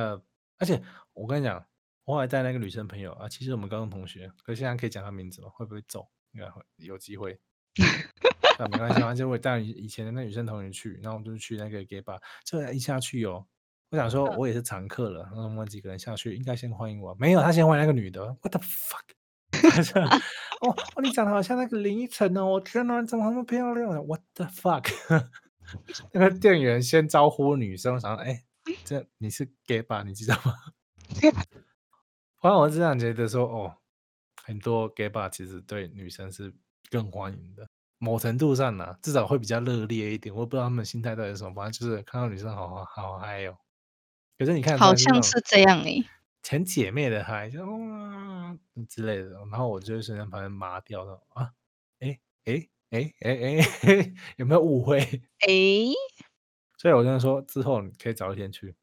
而且我跟你讲，我后来带那个女生朋友啊，其实我们高中同学，可是现在可以讲她名字吗？会不会走？应该会有机会。那没关系，反正我带以以前的那女生同学去，然后我们就去那个 gay bar，这一下去哦。我想说，我也是常客了，然后我们几个人下去，应该先欢迎我。没有，他先欢迎那个女的。What the fuck？他说 <laughs> 哦哦，你长得好像那个林依晨哦，我天哪，你怎么那么漂亮？What 啊 the fuck？那个店员先招呼女生，我想说，哎、这你是 gay 吧？你知道吗？ <laughs> 反正我是这样觉得说，哦，很多 gay 吧其实对女生是更欢迎的，某程度上呢、至少会比较热烈一点。我也不知道他们心态到底是什么，反正就是看到女生好好好嗨哦。可是你哦看，好像是这样欸诶、前姐妹的嗨，就哇之类的，然后我就会瞬间把人麻掉了啊！哎哎哎哎哎， <laughs> 有没有误会？ <laughs> 诶、所以我就说之后你可以早一天去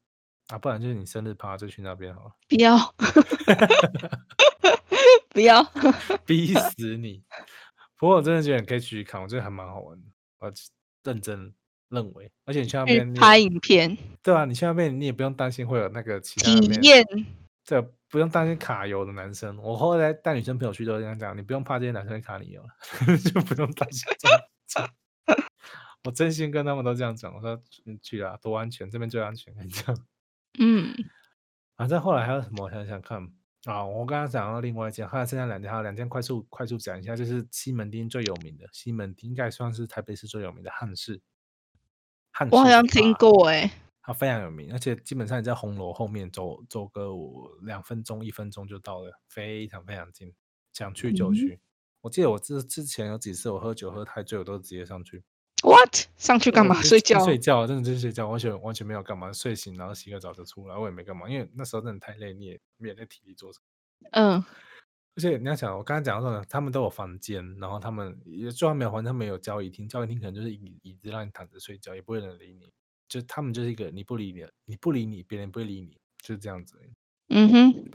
啊，不然就是你生日趴就去那边好了，不 <laughs> 要，不要，逼死你。不过我真的觉得你可以去看，我觉得还蛮好玩的，我认真认为。而且你去那去边你也拍影片，对啊，你去那边你也不用担心会有那个其他体那边验，对，不用担心卡油的男生。我后来带女生朋友去都是这样讲，你不用怕这些男生会卡你油了， <laughs> 就不用担心这样子。 <laughs> 我真心跟他们都这样讲，我说嗯去啊，多安全，这边最安全， <laughs> 跟你讲。啊嗯，反正后来还有什么？我想想看啊，我刚刚讲到另外一间，还有剩下两间，还有两间快速快速讲一下，就是西门町最有名的，西门町应该算是台北市最有名的汉室。汉我好室像是听吧过欸诶、它非常有名，而且基本上你在红楼后面走走个五两分钟、一分钟就到了，非常非常近，想去就嗯去。我记得我之之前有几次我喝酒喝太醉，我都直接上去 What？上去干我嘛？就睡就觉？睡觉，真的就是睡觉，完全完全没有干嘛，睡醒然后洗个澡就出来，我也没干嘛，因为那时候真的太累，你也没有那体力做什么。嗯而且你要想，我刚才讲到的，他们都有房间，然后他们也虽然没有房间，他们有交易厅，交易厅可能就是椅椅子让你躺着睡觉，也不会有人理你，就他们就是一个你不理你，你不理你，别人不会理你，就是这样子而已。嗯哼，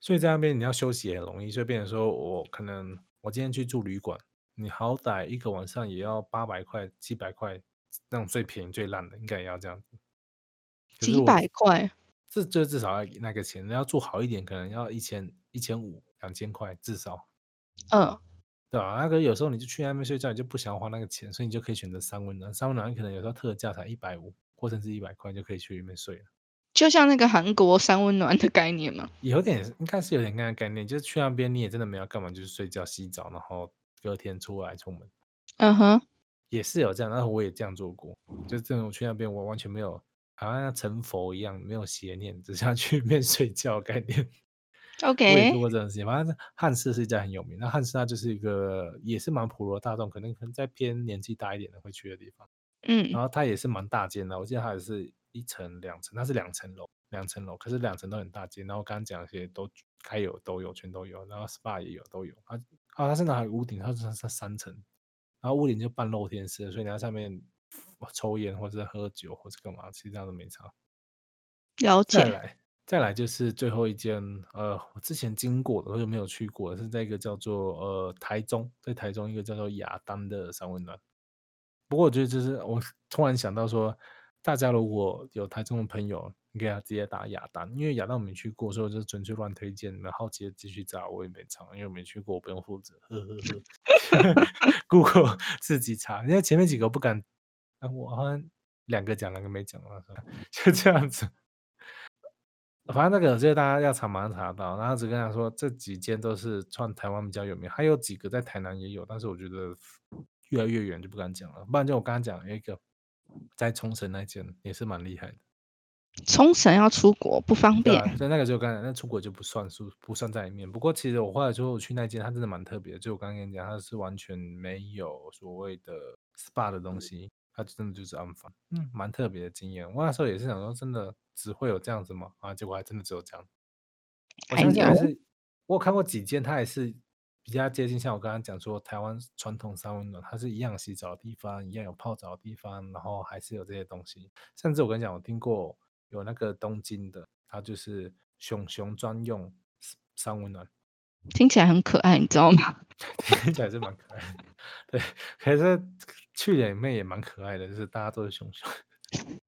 所以在那边你要休息也很容易，所以变成说我可能我今天去住旅馆，你好歹一个晚上也要八百块、七百块，那种最便宜最烂的应该也要这样子。可是几我百块，这这至少要那个钱，你要住好一点，可能要一千、一千五、两千块至少。嗯对啊，那个有时候你就去那边睡觉，你就不想要花那个钱，所以你就可以选择三温暖。三温暖可能有时候特价才一百五，或甚至一百块就可以去里面睡了。就像那个韩国三温暖的概念嘛。有点应该是有点那个概念，就是去那边你也真的没有干嘛，就是睡觉、洗澡，然后隔天出来出门。嗯哼，也是有这样，然后我也这样做过，就真的我去那边，我完全没有，好像要成佛一样，没有邪念，只是要去面 <laughs> 睡觉的概念。我也做 OK，过这种事情。反正汉室是一家很有名，那汉室它就是一个也是蛮普罗大众，可能可能在偏年纪大一点的会去的地方。嗯然后它也是蛮大间的，我记得它也是一层、两层，它是两层楼，两层楼，可是两层都很大间。然后刚刚讲的这些都该有都有，全都有，然后 SPA 也有都有。它啊，它甚至还有屋顶，它是它三层，然后屋顶就半露天式的，所以你在上面抽烟或者是喝酒或者干嘛，其实这样都没差。了再解。来，再来就是最后一间，呃，我之前经过的，我就没有去过，是在一个叫做呃台中，在台中一个叫做亚丹的三温暖。不过我觉得就是我 <laughs> 突然想到说，大家如果有台中的朋友，你给他直接打亚丹，因为亚丹我没去过，所以我就纯粹乱推荐，你们好奇的继续找，我也没查，因为我没去过，我不用负责，呵呵呵 <laughs> ，Google 自己查，因为前面几个我不敢，啊，我好像两个讲，两个没讲嘛， <laughs> 就这样子。反正那个就是大家要查马上查得到，然后只跟他说这几间都是算台湾比较有名，还有几个在台南也有，但是我觉得越来越远就不敢讲了。不然就我刚刚讲有一个在冲绳那间也是蛮厉害的，冲绳要出国不方对便啊，所以那个就刚才那出国就不算数，不算在里面。不过其实我后来之后去那间，它真的蛮特别的，就我刚刚跟你讲，它是完全没有所谓的 SPA 的东西，它就真的就是安放，嗯，蛮特别的经验。我那时候也是想说，真的只会有这样子吗？啊，结果还真的只有这样。我还相信还有是我有看过几间，它也是比较接近像我刚刚讲说台湾传统三温暖，它是一样洗澡的地方，一样有泡澡的地方，然后还是有这些东西。甚至我跟你讲，我听过有那个东京的，它就是熊熊专用 s- 三温暖，听起来很可爱，你知道吗？ <laughs> 听起来是蛮可爱的。 <laughs> 对，可是去年妹也蛮可爱的，就是大家都是熊 <laughs> 熊。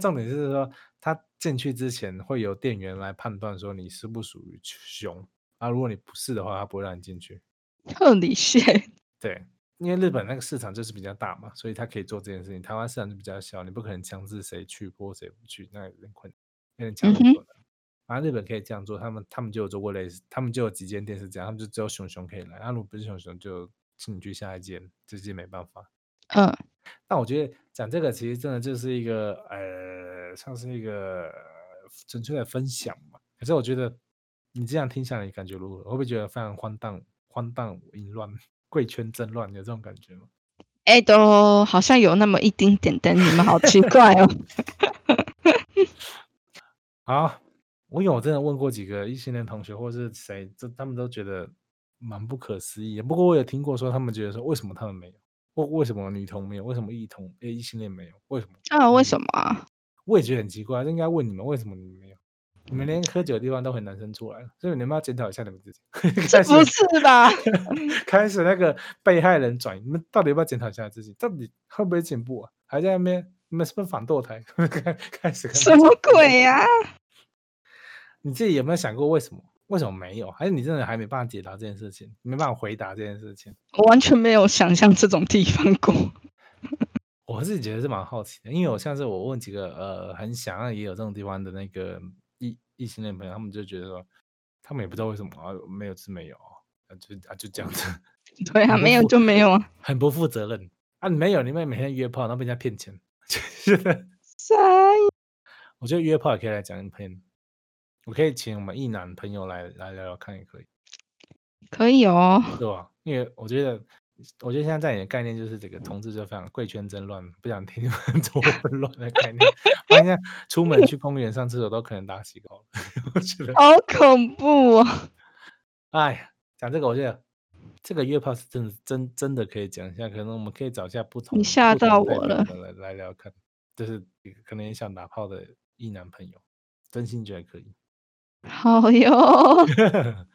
重点是说，他进去之前会有店员来判断说你是不属于熊啊，如果你不是的话，他不会让你进去。特里蟹，对，因为日本那个市场就是比较大嘛，所以他可以做这件事情。台湾市场就比较小，你不可能强制谁去或谁不去，那有点困难，有点强嗯人哼所难。反正日本可以这样做，他们他们就有做过类似，他们就有几间店是这样，他们就只有熊熊可以来，那、啊如果不是熊熊就请你去下一间，这些没办法。嗯，但我觉得讲这个其实真的就是一个呃，像是一个呃纯粹的分享嘛。可是我觉得你这样听下来，你感觉如何？会不会觉得非常荒诞、荒诞、淫乱、贵圈争乱？有这种感觉吗？哎、都好像有那么一丁点但你们好奇怪 <laughs> 哦。好，我有真的问过几个异性恋同学或是谁，这他们都觉得蛮不可思议的。不过我有听过说，他们觉得说为什么他们没有，或为什么女同没有，为什么异同诶异性恋没有，为什么？啊，为什么啊？我也觉得很奇怪，应该问你们为什么你们没有？你们连喝酒的地方都很难生出来，所以你们要检讨一下你们自己。 <laughs> 开始不是吧？ <laughs> 开始那个被害人转移，你们到底要不要检讨一下自己？到底会不会进步啊？还在那边你们是不是反堕胎？ <laughs> 开开始跟他什么讲鬼啊呀、你自己有没有想过为什么？为什么没有？还是你真的还没办法解答这件事情，没办法回答这件事情？我完全没有想象这种地方过。我自己觉得是蛮好奇的，因为嗯我像是我问几个呃很想要也有这种地方的那个异异性恋朋友，他们就觉得说，他们也不知道为什么啊没有是没有啊，就啊就这样子， <laughs> 对啊，很不没有符就没 <laughs> 有啊。很不负责任啊！你没有，你们每天约炮，然后被人家骗钱， <laughs> 就是啥？我觉得约炮也可以来讲一篇，我可以请我们异男朋友来来聊聊看也可以。可以哦，对吧？因为我觉得，我觉得现在在你的概念就是这个同志就非常贵圈争乱，不想听你们 <laughs> 这么混乱的概念。 <laughs> 我现在出门去公园上厕所都可能打洗稿了， <laughs> 我觉得，好恐怖哦。哎呀，讲这个我觉得。这个约炮是真的真真的可以讲一下，可能我们可以找一下不同吓不同到代我表了的来来聊看，就是可能也想打炮的异男朋友，真心觉得可以。好哟， <laughs>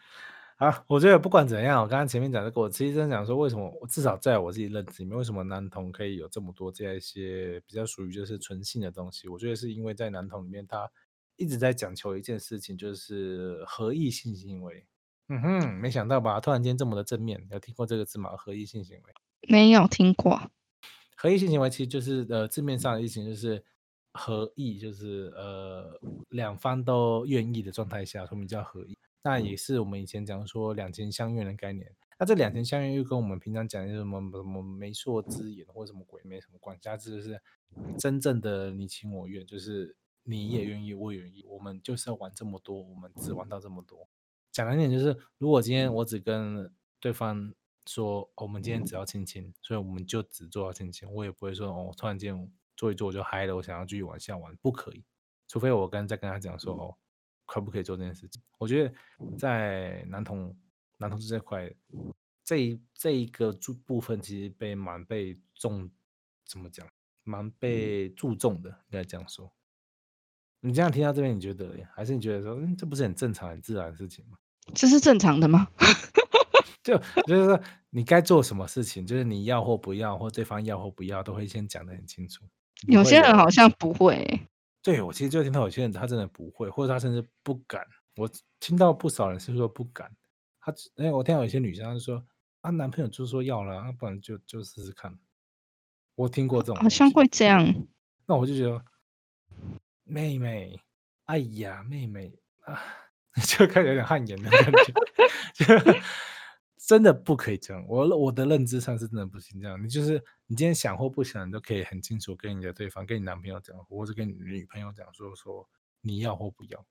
<laughs> 好，我觉得不管怎样，我刚刚前面讲这个，我其实真的想说，为什么我至少在我自己认知里面，为什么男同可以有这么多这样一些比较属于就是纯性的东西？我觉得是因为在男同里面，他一直在讲求一件事情，就是合意性行为。嗯哼，没想到吧？突然间这么的正面，有听过这个字吗？合意性行为。没有听过。合意性行为其实就是呃字面上的意思就是合意，就是呃两方都愿意的状态下，所以我们叫合意。那也是我们以前讲说两情相悦的概念。那这两天相遇又跟我们平常讲的什么什么媒妁之言或者什么鬼没什么关系，它就是真正的你情我愿，就是你也愿意，我也愿意，我们就是要玩这么多，我们只玩到这么多。讲难点就是，如果今天我只跟对方说、哦我们今天只要亲亲，所以我们就只做到亲亲，我也不会说哦，突然间做一做我就嗨了，我想要继续往下玩，不可以。除非我刚再跟他讲说哦，可不可以做这件事情？我觉得在男同男同志这块，这一这一个注部分其实被蛮被重，怎么讲，蛮被注重的，应该这样说。你这样听到这边，你觉得嘞还是你觉得说，嗯，这不是很正常、很自然的事情吗？这是正常的吗？就就是说，你该做什么事情，就是你要或不要，或对方要或不要，都会先讲得很清楚。不有会些人好像不会欸、对我其实就听到有些人他真的不会，或者他甚至不敢。我听到不少人是说不敢，他只哎，我听到有些女生她就说啊，男朋友就说要了，啊、不然就就试试看。我听过这种，啊好像会。这样。那我就觉得，妹妹，哎呀，妹妹啊， <laughs> 就开始有点汗颜的感觉， <laughs> 就真的不可以这样。我我的认知上是真的不行这样。你就是你今天想或不想，你都可以很清楚跟你的对方、跟你男朋友讲，或者跟你女朋友讲说说你要或不要，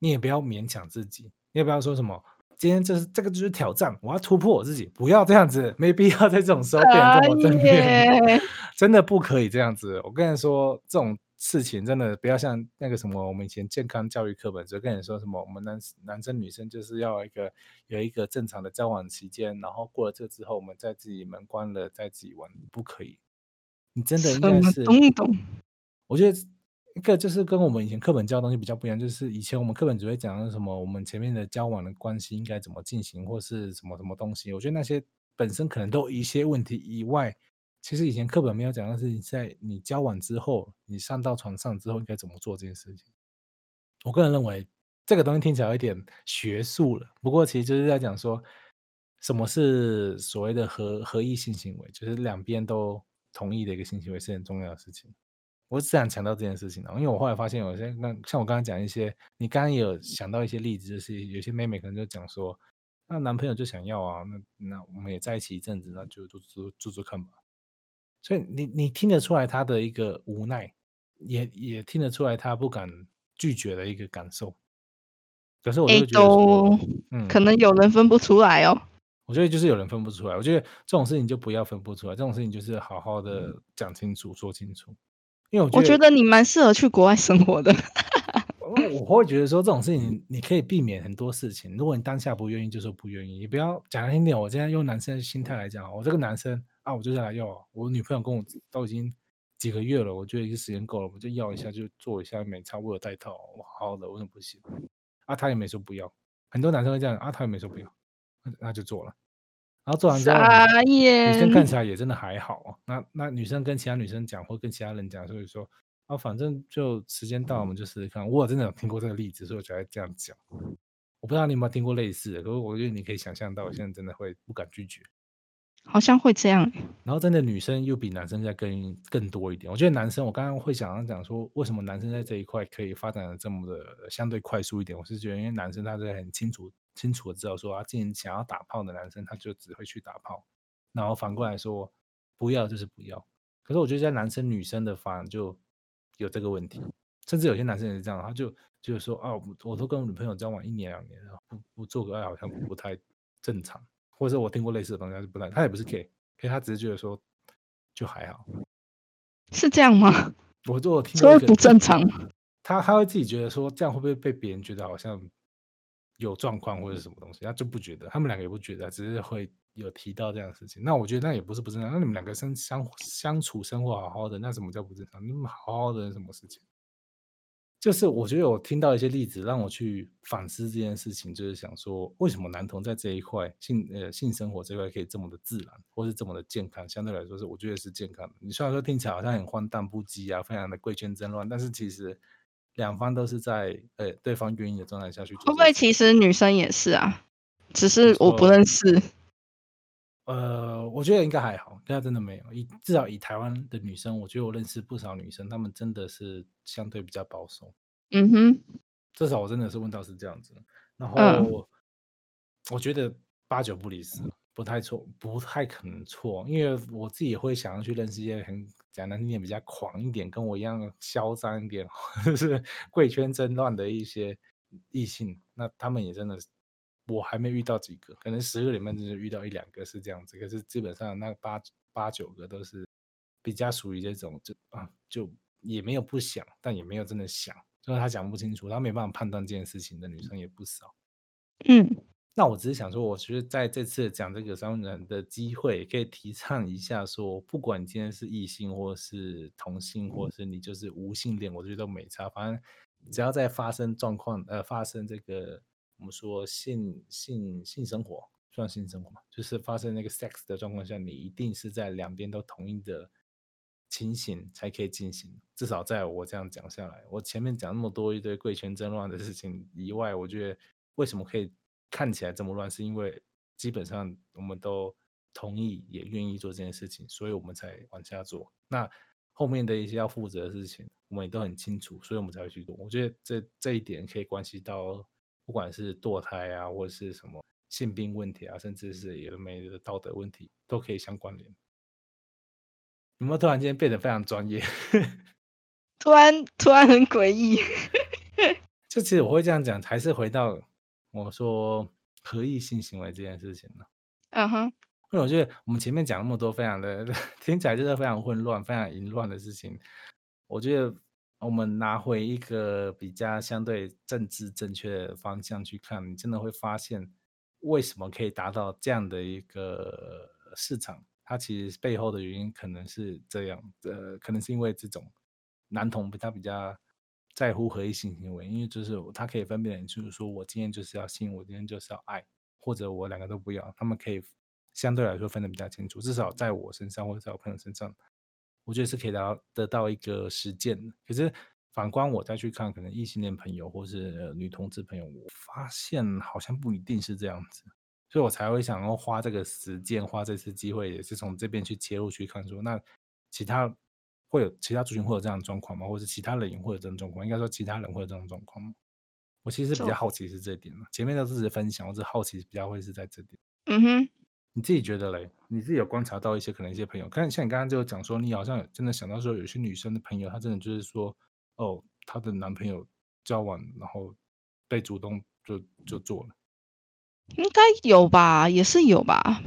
你也不要勉强自己，你也不要说什么。今天这是这个就是挑战，我要突破我自己，不要这样子，没必要在这种时候变成这么正可面。以耶真的不可以这样子。我跟你说，这种事情真的不要像那个什么，我们以前健康教育课本就跟你说什么，我们男男生女生就是要一个有一个正常的交往期间，然后过了这之后，我们再自己门关了，再自己玩，不可以。你真的应什该么是，东东？我觉得一个就是跟我们以前课本教的东西比较不一样，就是以前我们课本只会讲的什么，我们前面的交往的关系应该怎么进行，或是什么什么东西。我觉得那些本身可能都有一些问题以外，其实以前课本没有讲的是，在你交往之后，你上到床上之后应该怎么做这件事情。我个人认为这个东西听起来有一点学术了，不过其实就是在讲说什么是所谓的合合意性行为，就是两边都同意的一个性行为是很重要的事情。我只想强调这件事情啊，因为我后来发现有些那像我刚刚讲一些，你刚刚也有想到一些例子，就是有些妹妹可能就讲说，那男朋友就想要啊，那那我们也在一起一阵子，那就就做做做看吧。所以你你听得出来她的一个无奈，也也听得出来她不敢拒绝的一个感受。可是我哎就觉得都说，嗯，可能有人分不出来哦。我觉得就是有人分不出来，我觉得这种事情就不要分不出来，这种事情就是好好的讲清楚、说清楚。因为我觉我得觉得你蛮适合去国外生活的。我我会觉得说这种事情你可以避免很多事情。如果你当下不愿意，就说不愿意，你不要讲难听点。我现在用男生的心态来讲，我这个男生啊，我就是来要啊，我女朋友跟我都已经几个月了，我觉得已经时间够了，我就要一下就做一下，没差，我有带套，我好好的，为什么不行？啊，他也没说不要，很多男生会这样，啊，他也没说不要，那那就做了。然后做完之后，傻女生看眼，起来也真的还好啊。那那女生跟其他女生讲，或跟其他人讲，所以说啊，反正就时间到，我们就试试看。我有真的有听过这个例子，所以我才会这样讲。我不知道你有没有听过类似的，可是我觉得你可以想象到，我现在真的会不敢拒绝。好像会这样。然后真的女生又比男生在更更多一点。我觉得男生，我刚刚会想要讲说，为什么男生在这一块可以发展的这么的相对快速一点？我是觉得，因为男生他是很清楚清楚的知道说，啊，既然想要打炮的男生，他就只会去打炮，然后反过来说，不要就是不要。可是我觉得在男生女生的反而就有这个问题，甚至有些男生也是这样，他就就是说，啊，我我都跟我女朋友交往一年两年了，不不做个爱好像不不太正常。或者是我听过类似的东西，他是不太，他也不是 gay，可是他只是觉得说就还好。是这样吗？ <laughs> 我就有听所过以一不个正常。他他会自己觉得说这样会不会被别人觉得好像有状况或者是什么东西，他就不觉得，他们两个也不觉得，只是会有提到这样的事情。那我觉得那也不是不正常，那你们两个生相相处生活好好的，那什么叫不正常？你们好好的什么事情？就是我觉得我听到一些例子，让我去反思这件事情，就是想说，为什么男童在这一块性呃性生活这块可以这么的自然，或是这么的健康？相对来说是我觉得是健康的。你虽然说听起来好像很荒诞不羁啊，非常的贵圈争乱，但是其实两方都是在呃对方愿意的状态下去做会这个事情。不会其实女生也是啊？只是我不说认识。呃，我觉得应该还好，应该真的没有。以至少以台湾的女生，我觉得我认识不少女生，她们真的是相对比较保守。嗯哼，至少我真的是问到是这样子。然后、嗯我觉得八九不离十，不太错，不太可能错，因为我自己也会想要去认识一些很讲难听点比较狂一点，跟我一样嚣张一点，或者是贵圈争乱的一些异性，那他们也真的是。我还没遇到几个，可能十个里面就是遇到一两个是这样子，可是基本上那八八九个都是比较属于这种就啊就也没有不想，但也没有真的想，就是他讲不清楚，他没办法判断这件事情的女生也不少。嗯，那我只是想说，我觉得在这次讲这个商人的机会，也可以提倡一下说，不管你今天是异性或是同性，或是你就是无性恋，我觉得都没差，反正只要在发生状况，呃，发生这个我们说性性性生活，算性生活嘛，就是发生那个 sex 的状况下，你一定是在两边都同意的情形才可以进行。至少在我这样讲下来，我前面讲那么多一堆贵圈争乱的事情以外，我觉得为什么可以看起来这么乱，是因为基本上我们都同意也愿意做这件事情，所以我们才往下做。那后面的一些要负责的事情，我们也都很清楚，所以我们才会去做。我觉得这这一点可以关系到不管是堕胎啊，或者是什么性病问题啊，甚至是有的没的道德问题，都可以相关联。有没有突然间变得非常专业？ <laughs> 突然突然很诡异。这其实我会这样讲，还是回到我说合意性行为这件事情啊呢、嗯哼，因为我觉得我们前面讲那么多非常的 <laughs> 听起来就是非常混乱、非常淫乱的事情，我觉得我们拿回一个比较相对政治正确的方向去看，你真的会发现为什么可以达到这样的一个市场，它其实背后的原因可能是这样，呃，可能是因为这种男童他比较。在乎合意性行为，因为就是他可以分辨得很清楚，说我今天就是要性，我今天就是要爱，或者我两个都不要，他们可以相对来说分得比较清楚，至少在我身上或者在我朋友身上，我觉得是可以达到得到一个实践的。可是反观我再去看，可能异性恋朋友或是、呃女同志朋友，我发现好像不一定是这样子，所以我才会想要花这个时间，花这次机会，也是从这边去切入去看说，那其他会有其他族群会有这样的状况吗？或者其他人也会有这种状况？应该说其他人会有这种状况吗？我其实比就较好奇是这一点嘛，前面都只是分享，我只是好奇比较会是在这点。嗯哼，你自己觉得嘞？你自己有观察到一些可能一些朋友，看像你刚刚就有讲说，你好像有真的想到说，有些女生的朋友，她真的就是说，哦，她的男朋友交往，然后被主动就就做了，应该有吧，也是有吧。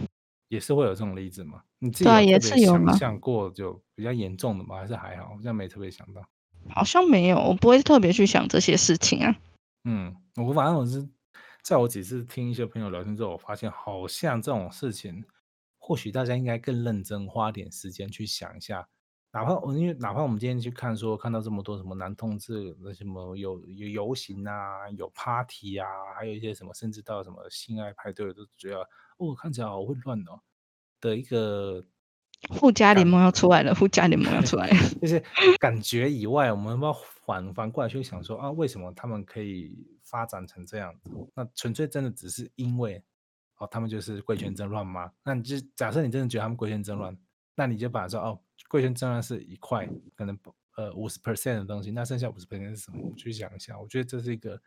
也是会有这种例子吗？你自己对啊有也特是别有想嘛象过就比较严重的吗？还是还好？好像没特别想到。好像没有，我不会特别去想这些事情啊。嗯，我反正我是在我几次听一些朋友聊天之后，我发现好像这种事情，或许大家应该更认真花点时间去想一下。哪怕我因为哪怕我们今天去看说看到这么多什么男同志那什么有有游行啊，有 party 啊，还有一些什么甚至到什么性爱派对，我都觉得哦看起来好混乱哦的一个互加联盟要出来了，互加联盟要出来了。 <laughs> 就是感觉以外，我们要不要反反过来去想说啊，为什么他们可以发展成这样子？那纯粹真的只是因为哦，他们就是贵圈争乱吗？那你就假设你真的觉得他们贵圈争乱，那你就把说哦，贵圈争乱是一块可能不呃五十 percent 的东西，那剩下五十 percent 是什么？我们去想一下，我觉得这是一个。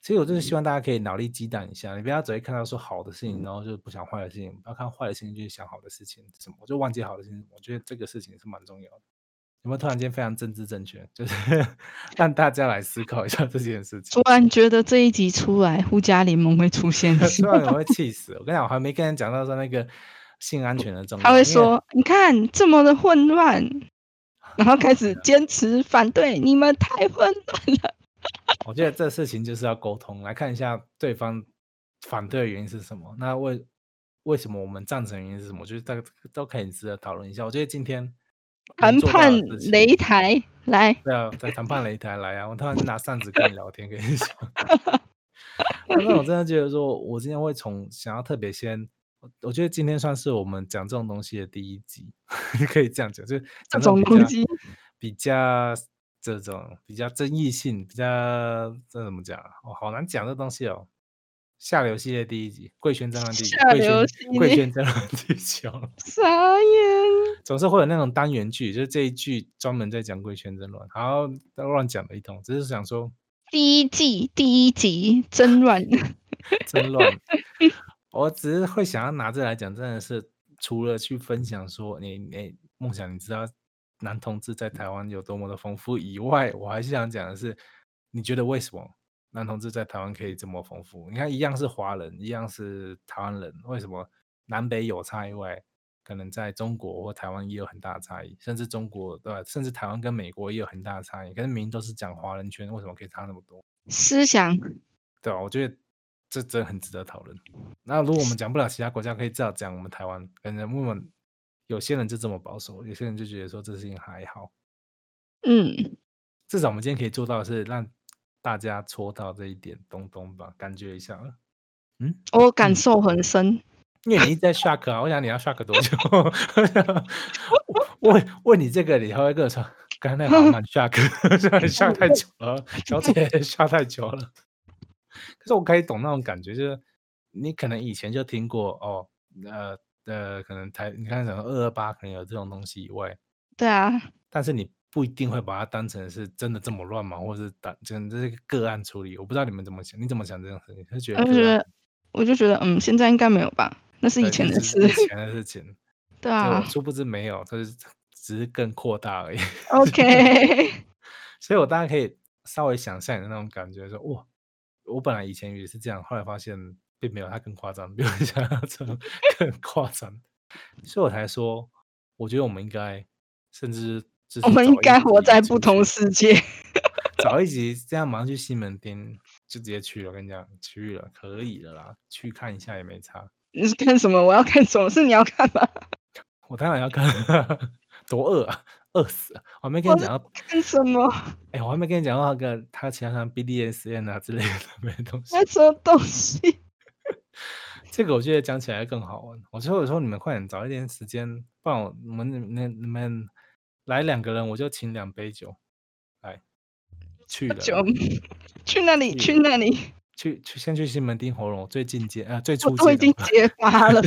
其实我就是希望大家可以脑力激荡一下，你不要只会看到说好的事情，然后就不想坏的事情，不要看坏的事情就去想好的事情是什么，我就忘记好的事情是什么。我觉得这个事情是蛮重要的。有没有突然间非常政治正确？就是 <laughs> 让大家来思考一下这件事情，突。然觉得这一集出来，互加联盟会出现 <laughs> 突然我会气死！我跟你讲，我还没跟人讲到说那个性安全的重要。 <laughs> 他会因为说：“你看这么的混乱。”然后开始坚持反对，你们太混乱了。我觉得这事情就是要沟通，来看一下对方反对的原因是什么。那为为什么我们赞成的原因是什么？我觉得大家都可以值得讨论一下。我觉得今天谈能做到的判事情擂台来，对啊，在谈判擂台来啊！我突然就拿扇子跟你聊天，跟你讲。 <laughs> 啊那我真的觉得说，我今天会从想要特别先，我我觉得今天算是我们讲这种东西的第一集， <laughs> 可以这样讲，就是讲种比东较西 <laughs> 比较这种比较争议性，比较这怎么讲啊？哦，好难讲这东西哦。下流系列第一集，贵圈争乱第一集，下贵流圈系贵列圈争乱地球。傻眼。总是会有那种单元剧，就是这一句专门在讲贵圈争乱，然后乱讲了一通，只是想说第一季第一集真乱，争乱。我只是会想要拿这来讲，真的是除了去分享说你你梦想，你知道男同志在台湾有多么的丰富以外，我还是想讲的是，你觉得为什么男同志在台湾可以这么丰富？你看，一样是华人，一样是台湾人，为什么南北有差异外，可能在中国或台湾也有很大的差异，甚至中国对吧？甚至台湾跟美国也有很大的差异，可是明明都是讲华人圈，为什么可以差那么多？思想对啊吧？我觉得这真的很值得讨论。那如果我们讲不了其他国家，可以至少讲我们台湾。可能我们有些人就这么保守，有些人就觉得说这事情还好。嗯，至少我们今天可以做到的是让大家戳到这一点东东吧，感觉一下。嗯，我感受很深。因为你一直在 shock 啊，我想你要 shock 多久？ <laughs> 我问问你这个，你还会跟我说，刚才好像蛮 shock，shock <laughs> 太久了，小姐 shock 太久了。可是我可以懂那种感觉，就是你可能以前就听过哦，呃呃，可能台你看什么二二八可能有这种东西以外，对啊，但是你不一定会把它当成是真的这么乱嘛，或者是当真这是个个案处理。我不知道你们怎么想，你怎么想这种事情？是觉得我就个觉案得，我就觉得，嗯，现在应该没有吧？那呃是以对前那的是事以。前的事情，对就我啊殊不知没有，就是只是更扩大而已。 <laughs> ，OK，所以我大家可以稍微想象你的那种感觉说，哇，我本来以前也是这样，后来发现并没有，它更夸张，比我想象中 <laughs> 更夸张，所以我才说，我觉得我们应该，甚至就是我们找应一该活集在出不同去世界。找一集这样马上去西门町就直接去了，我跟你讲去了可以了啦，去看一下也没差， <laughs> 你是看什么？我要看什么？是你要看吗？ <laughs> 我当然要看， <laughs> 多饿啊，饿死了，我还没跟你我讲到看什么？哎、我还没跟你讲到那个他其他像 BDSN 啊之类的 <laughs> 没东西，看什么东西？这个我觉得讲起来更好玩。我说我说你们快点找一点时间，不然我我们你们你们来两个人，我就请两杯酒来去了酒去那里？去那里？去去先去西门町喉咙最进阶啊最我初哦都阶已的经结巴 <laughs> 了。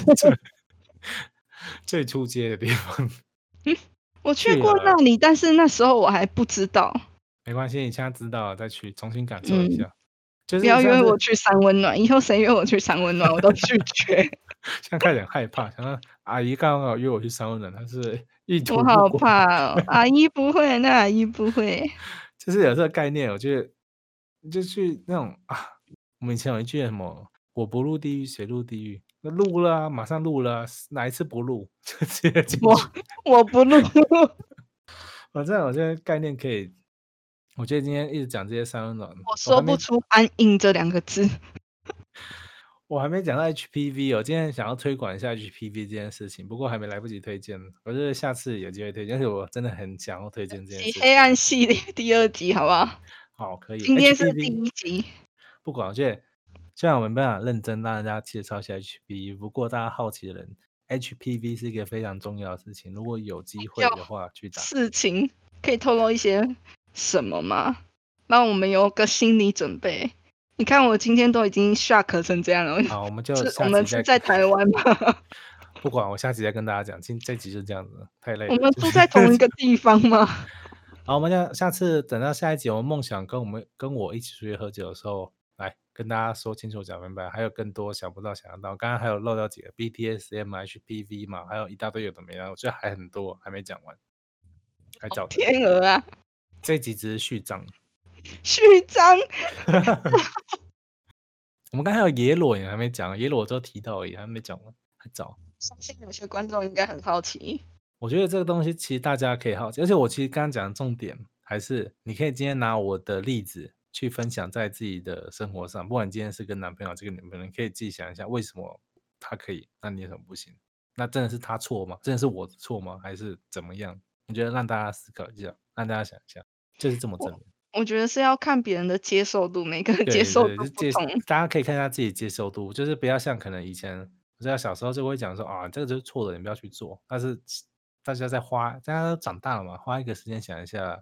最初阶的地方，我去去过了那里，但是那时候我还不知道。没关系，你现在知道了再去重新感受一嗯下。就是不要像约是我去三温暖，以后谁约我去三温暖，我都拒绝。 <laughs> 现在开始很害怕，想到阿姨刚好约我去三温暖，她是 <laughs> 意图我不好轨怕哦，阿姨不会，那阿姨不会。就是有这个概念，我觉得就去那种啊，我们以前有一句什么“我不入地狱，谁入地狱”，那入了啊，马上入了啊、哪一次不入 <laughs> 就直接进去我。我不录，我反正我觉得概念可以，我觉得今天一直讲这些三温暖，我说还没不，出“安硬”这两个字。我还没讲到 HPV 哦，今天想要推广一下 HPV 这件事情，不过还没来不及推荐，我觉得下次有机会推荐，但是我真的很想要推荐这件事集情。黑暗系列第二集，好不好？好，可以。今天是 HPV 第一集，不管，我觉得虽然我们没办法认真让大家介绍一下 HPV，不过大家好奇的人，HPV 是一个非常重要的事情。如果哎有机会要的话，去打。事情可以透露一些什么吗？让我们有个心理准备。你看我今天都已经 shock 成这样了，好，我们就是下我们集住在再台湾吗？不管，我下集再跟大家讲。今这集就这样子了，太累了。我们就住是在同一个地方吗？ <laughs> <laughs> 好，我们下下次等到下一集，我们梦想跟我们跟我一起出去喝酒的时候，来跟大家说清楚、讲明白。还有更多想不到、想得到，刚刚还有漏掉几个 BTSM、HPV 嘛，还有一大堆有的没的，我觉得还很多还没讲完，还找得天鹅啊，这一集只是序章。序章我们刚才有野裸也还没讲，野裸我都提到而已，还没讲完，还早。相信有些观众应该很好奇，我觉得这个东西其实大家可以好奇，而且我其实刚刚讲的重点还是，你可以今天拿我的例子去分享在自己的生活上，不管你今天是跟男朋友、这个女朋友，你可以自己想一下为什么他可以，那你为什么不行？那真的是他错吗？真的是我的错吗？还是怎么样？我觉得让大家思考一下，让大家想一下，就是这么正面。我觉得是要看别人的接受度，每个人 <laughs> 对接受对度就不接同。大家可以看一下自己接受度，就是不要像可能以前，我知道小时候就会讲说啊，这个就是错的，你不要去做。但是大家在花，大家都长大了嘛，花一个时间想一下。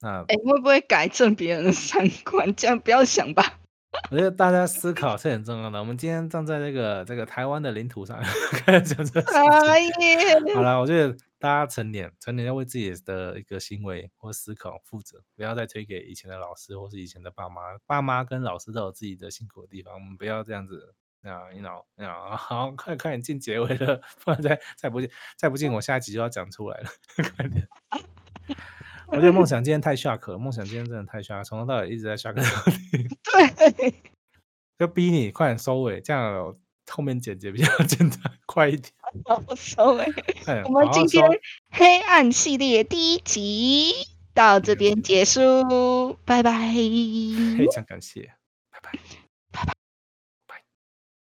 那哎、会不会改正别人的三观？这样不要想 <laughs> 吧。我觉得大家思考是很重要的。我们今天站在这个这个台湾的领土上， <laughs> 开始讲这个事情 <laughs> 哎呀，好啦，我觉得大家成年，成年要为自己的一个行为或思考负责，不要再推给以前的老师或是以前的爸妈。爸妈跟老师都有自己的辛苦的地方，我们不要这样子，嗯、啊，you know you know，好， <laughs> 快快点进结尾了，不然再再不进再不进，我下一集就要讲出来了， <laughs> 快点。我觉得梦想今天太 shock 了，梦想今天真的太 shock，从头到尾一直在 shock <laughs> 到你， <laughs> 对，就逼你快点收尾，这样有后面剪辑比较 <laughs> 简单，快一点。好收尾。快点我们好好今收天黑暗系列第一集到这边结束，拜拜。非常感谢。